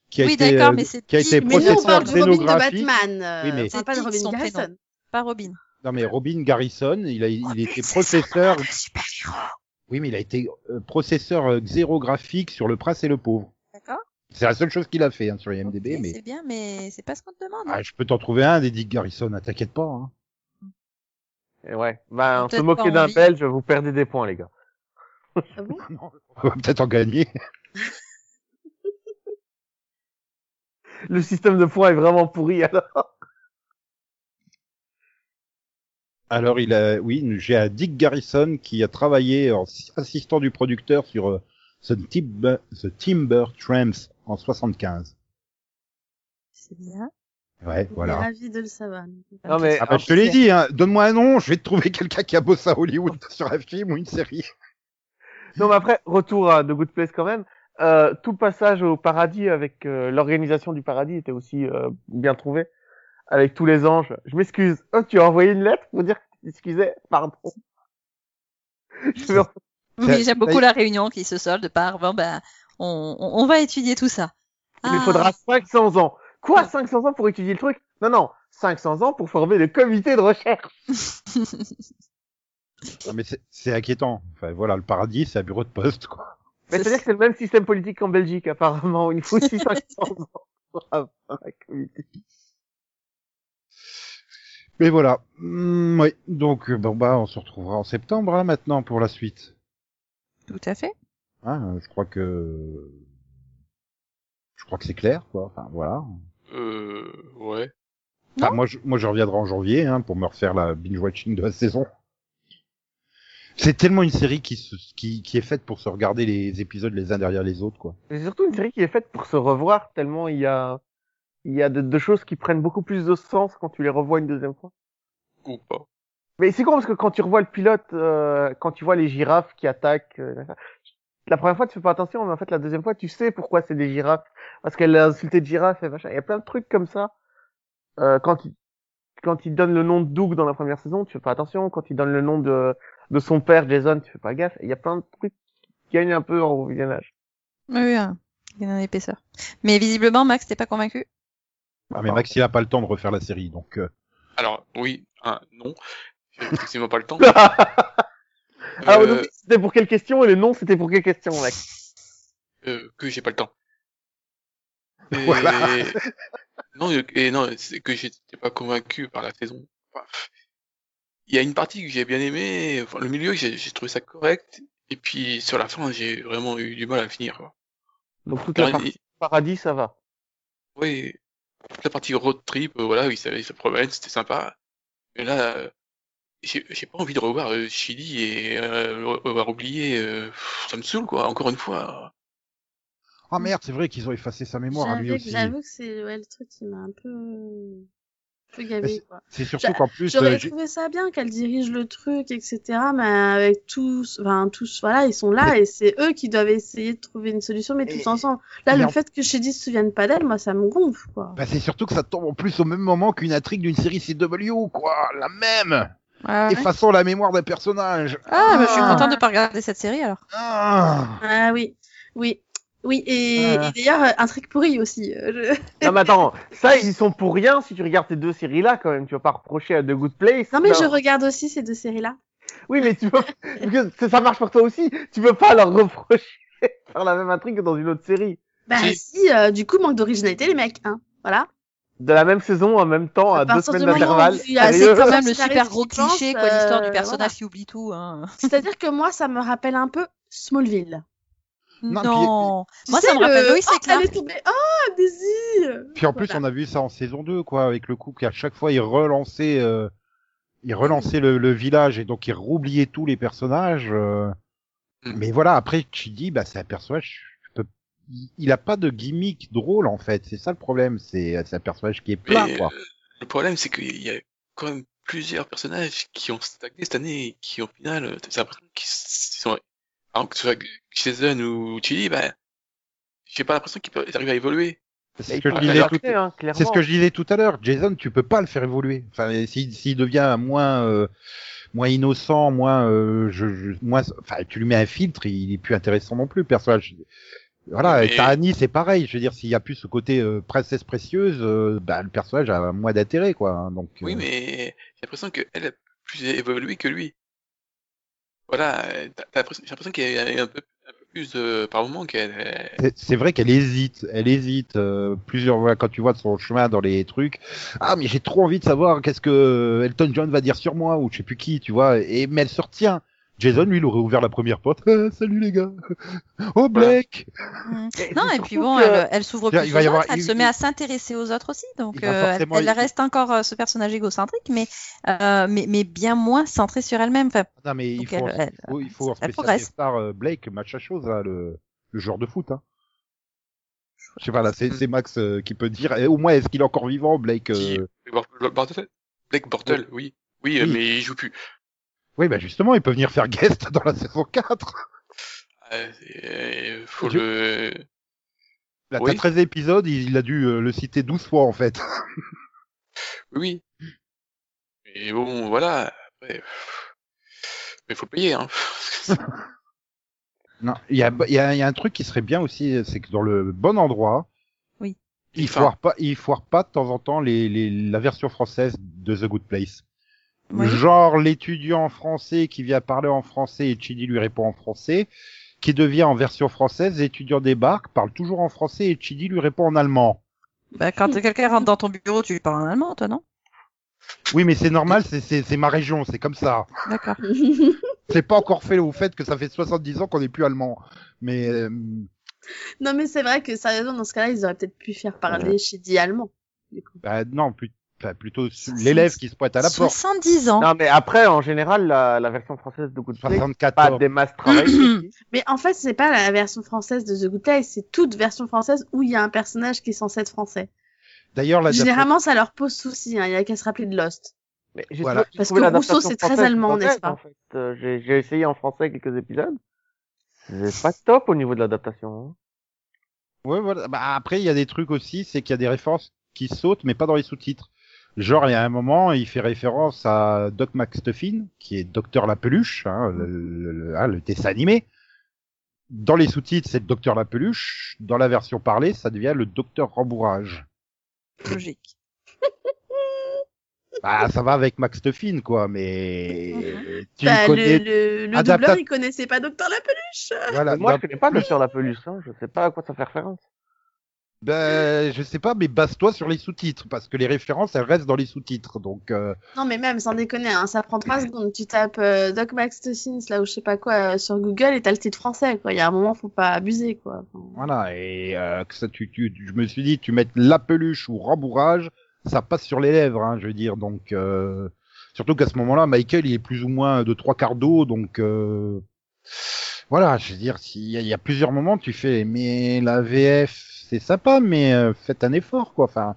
Speaker 1: qui a
Speaker 2: Oui,
Speaker 1: été,
Speaker 2: d'accord,
Speaker 1: euh,
Speaker 2: mais c'est
Speaker 1: qui a
Speaker 2: dit-
Speaker 1: été
Speaker 5: mais nous, on
Speaker 1: processeur
Speaker 5: parle du Robin de
Speaker 1: dénographique.
Speaker 5: Batman. euh,
Speaker 1: Oui, mais-
Speaker 5: On parle pas de
Speaker 2: C'est Dick,
Speaker 5: Robin
Speaker 2: son
Speaker 5: Garrison.
Speaker 2: Pas Robin.
Speaker 1: Non mais Robin Garrison, il a,
Speaker 2: Oh,
Speaker 1: il était processeur. Oui, mais il a été euh, processeur euh, xérographique sur Le Prince et le Pauvre.
Speaker 2: D'accord.
Speaker 1: C'est la seule chose qu'il a fait hein, sur IMDb,
Speaker 2: Ok,
Speaker 1: mais
Speaker 2: C'est bien, mais c'est pas ce qu'on te demande.
Speaker 1: Ah, je peux t'en trouver un des Dick Garrison, hein, t'inquiète pas. Hein.
Speaker 3: Et ouais, ben, se
Speaker 2: Peut-être
Speaker 3: moquer
Speaker 2: pas
Speaker 3: d'un
Speaker 2: envie.
Speaker 3: Belge, vous perdez des points, les gars.
Speaker 5: Ah bon
Speaker 1: On va peut-être en gagner.
Speaker 3: Le système de points est vraiment pourri, alors.
Speaker 1: Alors il a, oui, j'ai un Dick Garrison qui a travaillé en assi- assistant du producteur sur euh, The, Timber, The Timber Tramps en 75.
Speaker 2: C'est bien.
Speaker 1: Ouais,
Speaker 5: On est
Speaker 1: voilà.
Speaker 5: ravis de le savoir.
Speaker 3: Non, mais,
Speaker 1: Ah bah, je te l'ai dit, hein, donne-moi un nom, je vais te trouver quelqu'un qui a bossé à Hollywood sur un film ou une série.
Speaker 3: Non, mais après, retour à The Good Place quand même. Euh, tout passage au paradis avec euh, l'organisation du paradis était aussi euh, bien trouvé. Avec tous les anges. Je m'excuse. Oh, tu as envoyé une lettre pour dire que tu t'excusais Pardon. Je vais-
Speaker 1: Ça-
Speaker 2: Oui, j'aime beaucoup la réunion qui se solde par bon ben on, on, on va étudier tout ça.
Speaker 3: Il me
Speaker 2: Ah.
Speaker 3: faudra 500 ans. Quoi 500 ans pour étudier le truc Non, non. 500 ans pour former le comité de recherche.
Speaker 1: Non, mais c'est- c'est inquiétant. Enfin voilà, le paradis, c'est un bureau de poste quoi.
Speaker 3: Mais
Speaker 2: C'est-
Speaker 3: c'est-à-dire que c'est le même système politique qu'en Belgique, apparemment. Il faut aussi 500 ans pour avoir un comité.
Speaker 1: Mais voilà. Hmm, oui. Donc euh, bon bah on se retrouvera en septembre hein, maintenant pour la suite.
Speaker 2: Tout à fait.
Speaker 1: Hein, je crois que je crois que c'est clair quoi. Enfin voilà.
Speaker 4: Euh, ouais.
Speaker 1: Enfin, moi, je, moi, je reviendrai en janvier hein, pour me refaire la binge-watching de la saison. C'est tellement une série qui, se, qui, qui est faite pour se regarder les épisodes les uns derrière les autres, quoi.
Speaker 3: C'est surtout une série qui est faite pour se revoir tellement il y a, il y a de, de choses qui prennent beaucoup plus de sens quand tu les revois une deuxième fois.
Speaker 4: Ou pas.
Speaker 3: Mais c'est con parce que quand tu revois le pilote, euh, quand tu vois les girafes qui attaquent, euh, la première fois tu fais pas attention, mais en fait la deuxième fois tu sais pourquoi c'est des girafes, parce qu'elle a insulté de girafe et machin. Il y a plein de trucs comme ça. Euh, quand il quand il donne le nom de Doug dans la première saison, tu fais pas attention. Quand il donne le nom de de son père Jason, tu fais pas gaffe. Et Il y a plein de trucs qui gagnent un peu en revisionnage.
Speaker 2: Oui, oui, hein. il y en a une épaisseur. Mais visiblement Max t'es pas convaincu.
Speaker 1: Ah, mais Max, il a pas le temps de refaire la série, donc. euh,
Speaker 4: Alors, oui, un, non. J'ai effectivement pas le temps.
Speaker 3: Alors,
Speaker 4: Euh,
Speaker 3: donc, Ah, c'était pour quelle question et le non, c'était pour quelle question, mec
Speaker 4: euh, que j'ai pas le temps. Et...
Speaker 1: Voilà.
Speaker 4: non, je- et non, c'est que j'étais pas convaincu par la saison. Enfin, pff, Il y a une partie que j'ai bien aimée, enfin, le milieu, j'ai j'ai trouvé ça correct, et puis sur la fin, j'ai vraiment eu du mal à finir. quoi.
Speaker 3: Donc toute
Speaker 4: Quand
Speaker 3: la
Speaker 4: même,
Speaker 3: partie paradis, ça va.
Speaker 4: il- ouais, toute la partie road trip, euh, voilà, ils se ils se promènent, c'était sympa. Mais là, euh, j'ai j'ai pas envie de revoir euh, Chili et euh, re- avoir oublié, euh, pff, ça me saoule quoi, encore une fois.
Speaker 1: Ah merde, c'est vrai qu'ils ont effacé sa mémoire à lui
Speaker 5: J'avoue
Speaker 1: aussi.
Speaker 5: j'avoue que c'est ouais, le truc qui m'a un peu, un peu gavé, quoi.
Speaker 1: C'est surtout
Speaker 5: J'a-
Speaker 1: qu'en plus, euh,
Speaker 5: J'aurais
Speaker 1: j'ai-
Speaker 5: trouvé ça bien qu'elle dirige le truc, etc. Mais avec tous, enfin tous, voilà, ils sont là et c'est eux qui doivent essayer de trouver une solution, mais
Speaker 3: Et-
Speaker 5: tous ensemble. Là,
Speaker 1: mais
Speaker 5: le
Speaker 1: en-
Speaker 5: fait que Shady se souvienne pas d'elle, moi, ça me gonfle, quoi.
Speaker 1: bah, c'est surtout que ça tombe en plus au même moment qu'une intrigue d'une série CW, quoi, la même,
Speaker 2: Ah,
Speaker 1: effaçant la mémoire d'un personnage.
Speaker 2: bah, je suis
Speaker 5: Ah.
Speaker 2: contente de pas regarder cette série alors.
Speaker 1: Ah
Speaker 5: Ah oui, oui, oui. Et,
Speaker 3: Ah.
Speaker 5: et d'ailleurs, euh, un truc pourri aussi. euh, je-
Speaker 3: Non mais attends, ça ils y sont pour rien si tu regardes ces deux séries là quand même, tu vas pas reprocher à The Good Place.
Speaker 5: Non mais je regarde aussi ces deux séries-là.
Speaker 3: Oui mais tu veux parce que ça marche pour toi aussi, tu peux pas leur reprocher de faire la même intrigue que dans une autre série.
Speaker 5: Bah
Speaker 4: Si.
Speaker 5: si, euh, du coup, manque d'originalité, les mecs, hein. Voilà.
Speaker 3: De la même saison en même temps à,
Speaker 5: À
Speaker 3: deux
Speaker 5: partir
Speaker 3: semaines
Speaker 5: du moment où
Speaker 3: d'intervalle.
Speaker 5: il y a- Ah,
Speaker 1: euh,
Speaker 2: c'est
Speaker 3: sérieux.
Speaker 5: comme
Speaker 2: quand
Speaker 5: ça
Speaker 2: même
Speaker 5: que
Speaker 2: le
Speaker 5: ça
Speaker 2: super
Speaker 5: reste
Speaker 2: gros
Speaker 5: qui pense,
Speaker 2: cliché quoi, l'histoire du
Speaker 5: euh,
Speaker 2: personnage
Speaker 5: voilà.
Speaker 2: qui oublie tout. Hein.
Speaker 5: C'est-à-dire que moi, ça me rappelle un peu Smallville.
Speaker 1: Non,
Speaker 2: Non.
Speaker 1: puis- euh,
Speaker 5: Tu
Speaker 2: Moi
Speaker 5: sais,
Speaker 2: ça me rappelle
Speaker 5: le-
Speaker 2: Lois
Speaker 5: oh,
Speaker 2: et Clark.
Speaker 5: Elle est tombée. Oh, Daisy
Speaker 1: Puis en plus, on a vu ça en saison 2, quoi, avec le coup qu'à chaque fois, ils relançaient, euh, ils relançaient le, le village et donc ils roublaient tous les personnages. euh.
Speaker 4: Mm.
Speaker 1: Mais voilà, après, Chidi, bah, c'est un personnage, je peux- il- il a pas de gimmick drôle, en fait. C'est ça le problème. C'est c'est un personnage qui est
Speaker 4: Mais, euh,
Speaker 1: plat, quoi.
Speaker 4: Le problème, c'est qu'il y a quand même plusieurs personnages qui ont stagné cette année et qui, au final, euh, t'as l'impression qu'ils s- ils sont, alors que ce soit Season ou Chili, bah, j'ai pas l'impression qu'ils peuvent- ils arrivent à évoluer.
Speaker 1: C'est ce
Speaker 3: Ils
Speaker 1: que
Speaker 3: sont
Speaker 1: je disais
Speaker 4: alors
Speaker 1: tout,
Speaker 3: écartés, hein, clairement.
Speaker 1: C'est ce que je disais tout à l'heure. Jason, tu peux pas le faire évoluer. Enfin, et s'il s'il devient moins euh, moins innocent, moins euh, je, je- moins, enfin, tu lui mets un filtre, il est plus intéressant non plus. le Personnage. Voilà.
Speaker 4: Mais-
Speaker 1: Et t'as Annie, c'est pareil. Je veux dire, s'il y a plus ce côté euh, princesse précieuse, euh, bah, le personnage a moins d'intérêt, quoi. hein, donc.
Speaker 4: Oui,
Speaker 1: euh,
Speaker 4: mais j'ai l'impression qu'elle a plus évolué que lui. Voilà, euh, t'as- t'as l'impression- j'ai l'impression qu'il y a un peu, un peu plus de, par moment qu'elle, euh,
Speaker 1: c'est- C'est vrai qu'elle hésite, elle hésite euh, plusieurs voilà, quand tu vois son chemin dans les trucs. Ah mais j'ai trop envie de savoir qu'est-ce que Elton John va dire sur moi ou je sais plus qui, tu vois. Et mais elle se retient. Jason lui, il aurait ouvert la première porte. Ah, salut les gars. Oh Blake.
Speaker 2: Mm.
Speaker 3: Et
Speaker 2: Non,
Speaker 3: c'est
Speaker 2: et puis
Speaker 3: surtout
Speaker 2: bon,
Speaker 3: que-
Speaker 5: euh,
Speaker 2: elle, elle s'ouvre
Speaker 1: Il va
Speaker 2: plus
Speaker 1: y
Speaker 2: aux autres,
Speaker 1: avoir-
Speaker 2: elle
Speaker 1: il-
Speaker 2: se
Speaker 1: il-
Speaker 2: met à s'intéresser aux autres aussi, donc
Speaker 1: Il va
Speaker 2: euh, elle-
Speaker 1: forcément-
Speaker 2: elle,
Speaker 1: il-
Speaker 2: reste encore euh, ce personnage égocentrique, mais, euh, mais, mais bien moins centré sur elle-même. Enfin,
Speaker 1: Non mais il
Speaker 2: donc
Speaker 1: faut,
Speaker 2: elle-
Speaker 1: il
Speaker 2: elle-
Speaker 1: faut, il faut en
Speaker 2: elle
Speaker 1: spécial
Speaker 2: progresse.
Speaker 1: des stars, euh, Blake, machin chose là, le, le joueur de foot. Hein. Je sais pas là, c'est c'est Max euh, qui peut dire. Et au moins est-ce qu'il est encore vivant, Blake
Speaker 4: Qui-
Speaker 1: euh,
Speaker 4: Bor- Bor- Bortel Blake Bortel, oui. Oui, euh,
Speaker 1: Oui.
Speaker 4: mais il joue plus.
Speaker 1: Oui, bah justement, il peut venir faire guest dans la saison 4.
Speaker 4: Euh, euh, faut
Speaker 1: Je-
Speaker 4: le.
Speaker 1: Là,
Speaker 4: Oui.
Speaker 1: t'as 13 épisodes, il, il a dû euh, le citer 12 fois en fait.
Speaker 4: Oui. Mais bon, voilà. Après, pff, mais faut le payer, hein.
Speaker 1: Non, il y a, il y, a, il y a un truc qui serait bien aussi, c'est que dans le bon endroit,
Speaker 2: Oui.
Speaker 1: il
Speaker 4: Enfin.
Speaker 1: foire pas, il foire pas de temps en temps les, les, la version française de The Good Place.
Speaker 2: oui.
Speaker 1: Genre l'étudiant français qui vient parler en français et Chidi lui répond en français, qui devient en version française, l'étudiant débarque, parle toujours en français et Chidi lui répond en allemand.
Speaker 2: Bah, quand quelqu'un rentre dans ton bureau, tu lui parles en allemand, toi, non
Speaker 1: Oui, mais c'est normal, c'est- c'est c'est ma région, c'est comme ça.
Speaker 2: D'accord.
Speaker 5: Oh,
Speaker 1: C'est pas encore fait au fait que ça fait 70 ans qu'on n'est plus allemand. Mais euh,
Speaker 5: non, mais c'est vrai que sérieusement, dans ce cas-là, ils auraient peut-être pu faire parler chez dit allemand. Du coup.
Speaker 1: Bah, non, plus, enfin, plutôt su-
Speaker 2: Soixante-
Speaker 1: l'élève qui se pointe à Bah, la porte.
Speaker 2: 70 ans.
Speaker 3: Non, mais après, en général, la, la version française de Good Place, pas
Speaker 1: 74.
Speaker 3: des masses travaillées.
Speaker 5: Mais en fait, c'est pas la version française de The Good Place, c'est toute version française où il y a un personnage qui est censé être français.
Speaker 1: D'ailleurs, l'adaptation-
Speaker 5: Généralement, ça leur pose souci, hein. il y a qu'à se rappeler de Lost.
Speaker 3: Mais j'ai
Speaker 1: Voilà.
Speaker 3: trouvé- j'ai
Speaker 5: Parce
Speaker 3: trouvé
Speaker 5: que
Speaker 3: l'adaptation
Speaker 5: Rousseau, c'est très
Speaker 3: française
Speaker 5: allemand,
Speaker 3: mauvaise,
Speaker 5: n'est-ce pas
Speaker 3: en fait. Euh, j'ai, j'ai essayé en français quelques épisodes. C'est pas top au niveau de l'adaptation. hein.
Speaker 1: Ouais, voilà. Bah, après, il y a des trucs aussi, c'est qu'il y a des références qui sautent, mais pas dans les sous-titres. Genre, il y a un moment, il fait référence à Doc McStuffin, qui est Docteur la Peluche, hein, le, le- le- hein, le dessin animé. Dans les sous-titres, c'est le Docteur la Peluche. Dans la version parlée, ça devient le Docteur Rembourrage.
Speaker 2: Logique.
Speaker 1: Bah, ça va avec McStuffin, quoi, mais tu
Speaker 5: Bah,
Speaker 1: connais...
Speaker 5: Le, le, le
Speaker 1: Adapta-
Speaker 5: doubleur, il connaissait pas Docteur la Peluche.
Speaker 1: Voilà,
Speaker 3: Mais moi,
Speaker 1: dans-
Speaker 3: je connais pas le sur la peluche, hein. je sais pas à quoi ça fait référence.
Speaker 1: Ben, je sais pas, mais base-toi sur les sous-titres, parce que les références, elles restent dans les sous-titres. Donc, euh,
Speaker 5: Non, mais même, sans déconner, hein, ça prend trois secondes. Tu tapes euh, Doc Max Tossins, là, ou je sais pas quoi, euh, sur Google, et t'as le titre français, quoi. Il y a un moment, faut pas abuser, quoi. Enfin,
Speaker 1: voilà. Et euh, que ça, tu, tu, je me suis dit, tu mets la peluche ou rembourrage, ça passe sur les lèvres, hein, je veux dire. Donc, euh, surtout qu'à ce moment-là, Michael, il est plus ou moins de trois quarts d'eau, donc euh, voilà. Je veux dire, s'il y, a- il y a plusieurs moments, tu fais, mais la VF, c'est sympa, mais euh, faites un effort, quoi. Enfin.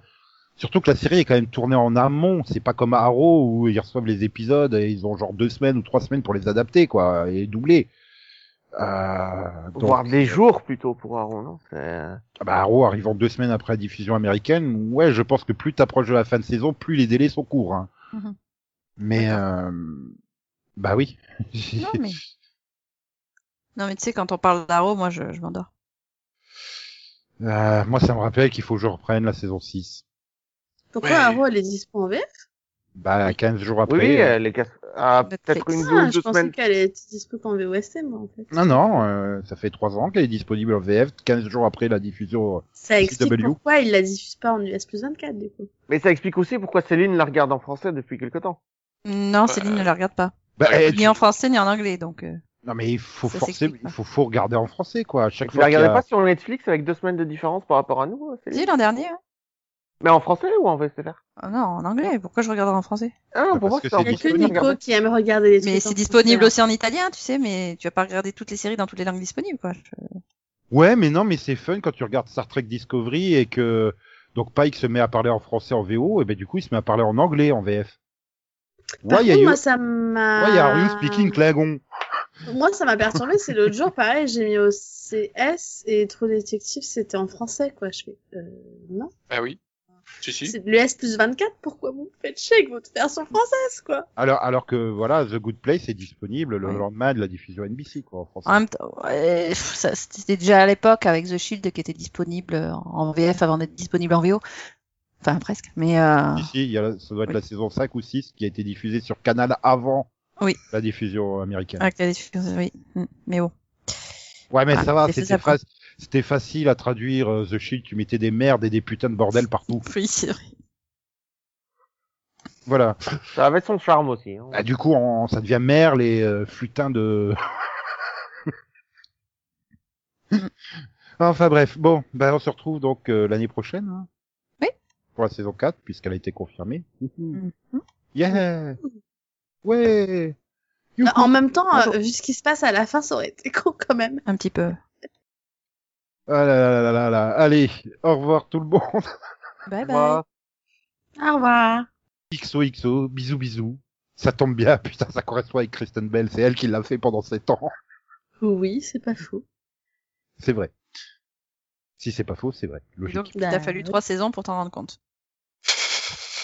Speaker 1: Surtout que la série est quand même tournée en amont, c'est pas comme Arrow où ils reçoivent les épisodes et ils ont genre deux semaines ou trois semaines pour les adapter quoi et doubler. Euh, donc,
Speaker 3: Voir des jours plutôt pour Aaron, non C'est- euh,
Speaker 1: ah bah, Arrow arrivant deux semaines après la diffusion américaine, ouais, je pense que plus t'approches de la fin de saison, plus les délais sont courts. hein.
Speaker 2: Mhm.
Speaker 1: Mais euh, bah oui.
Speaker 2: Non, mais- Non, mais tu sais, quand on parle d'Aro, moi, je, je m'endors.
Speaker 1: Euh, moi, ça me rappelle qu'il faut que je reprenne la saison 6.
Speaker 5: Pourquoi
Speaker 4: Ouais.
Speaker 5: Arrow, elle est dispo en VF
Speaker 1: Bah, 15 jours après.
Speaker 3: Oui, oui,
Speaker 1: euh,
Speaker 3: elle est casse- ah, peut-être
Speaker 2: Netflix.
Speaker 3: une ou
Speaker 5: Ah,
Speaker 3: deux
Speaker 5: je pensais
Speaker 3: semaines.
Speaker 5: qu'elle était dispo qu'en VOST, moi, en fait.
Speaker 1: Non, non, euh, ça fait trois ans qu'elle est disponible en VF, 15 jours après la diffusion. euh,
Speaker 5: Ça explique
Speaker 1: CW.
Speaker 5: pourquoi il la diffuse pas en US plus 24, du coup.
Speaker 3: Mais ça explique aussi pourquoi Céline la regarde en français depuis quelque temps.
Speaker 2: Non,
Speaker 4: Ouais.
Speaker 2: Céline ne la regarde pas.
Speaker 1: Bah,
Speaker 4: Ouais,
Speaker 1: eh,
Speaker 4: tu-
Speaker 2: Ni en français, ni en anglais, donc. euh,
Speaker 1: Non, mais il faut
Speaker 2: Ça
Speaker 1: forcément,
Speaker 2: s'explique pas.
Speaker 1: il faut, faut regarder en français, quoi. À chaque
Speaker 3: Tu la
Speaker 1: fois qu'il y a-
Speaker 3: regardais pas sur Netflix avec deux semaines de différence par rapport à nous, hein, Céline
Speaker 2: Si, l'an dernier, hein.
Speaker 3: Mais en français ou en VSTR
Speaker 2: Ah non, en anglais. Pourquoi je regarderais en français
Speaker 3: Ah non,
Speaker 1: Bah,
Speaker 3: pour moi,
Speaker 1: Parce que
Speaker 3: c'était en
Speaker 5: Il y a que
Speaker 3: français,
Speaker 5: Nico
Speaker 3: regardez.
Speaker 5: qui aime regarder les trucs.
Speaker 2: Mais
Speaker 5: en
Speaker 2: c'est disponible
Speaker 5: français,
Speaker 2: aussi en italien, tu sais, mais tu vas pas regarder toutes les séries dans toutes les langues disponibles, quoi. Je-
Speaker 1: Ouais, mais non, mais c'est fun quand tu regardes Star Trek Discovery et que donc Pike se met à parler en français en VO, et ben du coup il se met à parler en anglais en VF.
Speaker 5: Par
Speaker 1: Why are
Speaker 5: contre,
Speaker 1: you,
Speaker 5: moi, ça m'a.
Speaker 1: why are you speaking Klingon?
Speaker 5: Moi, ça m'a perturbé. C'est l'autre jour, pareil, j'ai mis au CS et Trop Détective, c'était en français, quoi. Je fais, euh, non.
Speaker 4: Ah oui. Si, si.
Speaker 5: C'est le S plus 24, pourquoi vous me faites chier avec votre version française, quoi?
Speaker 1: Alors, alors que voilà, The Good Place est disponible le
Speaker 2: Ouais. Ah,
Speaker 1: lendemain de la diffusion NBC, quoi, en français.
Speaker 2: En même temps, ouais, pff, ça, c'était déjà à l'époque avec The Shield qui était disponible en VF avant d'être disponible en VO. Enfin, presque. Mais euh,
Speaker 1: Ici, il y a, la- ça doit être
Speaker 2: Oui.
Speaker 1: la saison 5 ou 6 qui a été diffusée sur Canal avant
Speaker 2: Oui.
Speaker 1: la diffusion américaine.
Speaker 2: avec la diffusion, Ah, oui. Mm. Mais bon.
Speaker 1: Ouais, mais
Speaker 2: Ah,
Speaker 1: ça va,
Speaker 2: c'est
Speaker 1: c'était
Speaker 2: ça,
Speaker 1: fa- c'était facile à traduire euh, The Shield, tu mettais des merdes et des putains de bordel partout.
Speaker 2: Oui, c'est vrai.
Speaker 1: Voilà.
Speaker 3: Ça avait son charme aussi. hein.
Speaker 1: Bah, du coup, on- ça devient merle et euh, putain de... enfin bref, bon, bah, on se retrouve donc euh, l'année prochaine. hein,
Speaker 2: Oui.
Speaker 1: Pour la saison 4, puisqu'elle a été confirmée. Youhou.
Speaker 2: Mhm.
Speaker 1: Yeah Ouais Youhou.
Speaker 5: En même temps, euh,
Speaker 2: Bonjour.
Speaker 5: vu ce qui se passe à la fin, ça aurait été con, quand même.
Speaker 2: Un petit peu.
Speaker 1: Ah là là là là là. Allez, au revoir tout le monde.
Speaker 2: Bye bye.
Speaker 1: Bah,
Speaker 3: Moi,
Speaker 5: Au revoir.
Speaker 1: XOXO, bisous bisous. Ça tombe bien, putain, ça correspond avec Kristen Bell, c'est elle qui l'a fait pendant 7 ans.
Speaker 5: Oui, c'est pas fou.
Speaker 1: C'est vrai. Si c'est pas faux, c'est vrai. Logique.
Speaker 2: Donc, il
Speaker 5: Bah,
Speaker 2: t'a fallu trois saisons pour t'en rendre compte.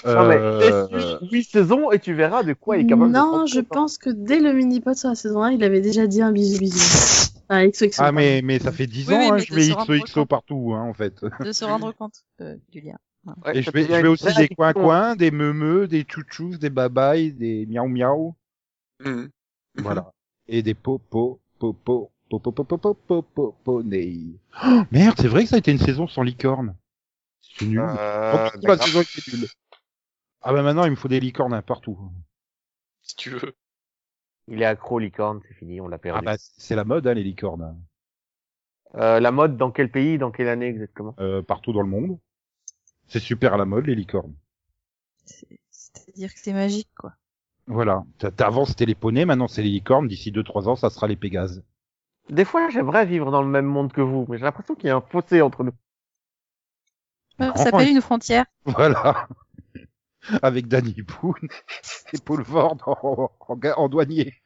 Speaker 3: Non, mais
Speaker 1: Euh,
Speaker 3: laisse-lui huit saisons et tu verras de quoi il est capable de
Speaker 5: non,
Speaker 3: prendre
Speaker 5: je
Speaker 3: son temps.
Speaker 5: pense que dès le mini-pod sur la saison 1, il avait déjà dit un bisou bisou. Enfin, XOXO,
Speaker 1: Ah
Speaker 5: pardon.
Speaker 1: mais mais ça fait 10
Speaker 2: Oui,
Speaker 1: ans,
Speaker 2: oui,
Speaker 1: hein,
Speaker 2: mais
Speaker 1: je
Speaker 2: de
Speaker 1: mets
Speaker 2: se rendre
Speaker 1: XOXO
Speaker 2: compte.
Speaker 1: partout, hein, en fait.
Speaker 2: De se rendre compte euh, du lien.
Speaker 3: Ouais,
Speaker 1: Et je
Speaker 3: ça
Speaker 1: mets,
Speaker 3: devient
Speaker 1: je
Speaker 3: une
Speaker 1: mets aussi
Speaker 3: vraie
Speaker 1: des
Speaker 3: addiction.
Speaker 1: coins-coins, des meumeux, des chouchous, des babayes, des miaou miaou,
Speaker 4: Mhm.
Speaker 1: voilà. Et des popo popo popo popo popo popo oh, Merde, c'est vrai que ça a été une saison sans licorne. C'est nul.
Speaker 3: Euh,
Speaker 1: Oh, la
Speaker 3: d'accord.
Speaker 1: saison était nulle. Ah bah maintenant il me faut des licornes hein, partout.
Speaker 4: Si tu veux.
Speaker 3: Il est accro aux licornes, c'est fini, on l'a perdu.
Speaker 1: Ah bah c'est la mode hein, les licornes.
Speaker 3: Euh, la mode dans quel pays, dans quelle année exactement
Speaker 1: Euh, partout dans le monde. C'est super à la mode les licornes.
Speaker 2: C'est- C'est-à-dire que c'est magique, quoi.
Speaker 1: Voilà. T'as- t'as- Avant c'était les poneys, maintenant c'est les licornes. D'ici 2-3 ans, ça sera les pégases.
Speaker 3: Des fois, j'aimerais vivre dans le même monde que vous, mais j'ai l'impression qu'il y a un fossé entre nous.
Speaker 2: Ça s'appelle une frontière.
Speaker 1: Voilà. Avec Danny Boone et Paul Ford en, en, en douanier.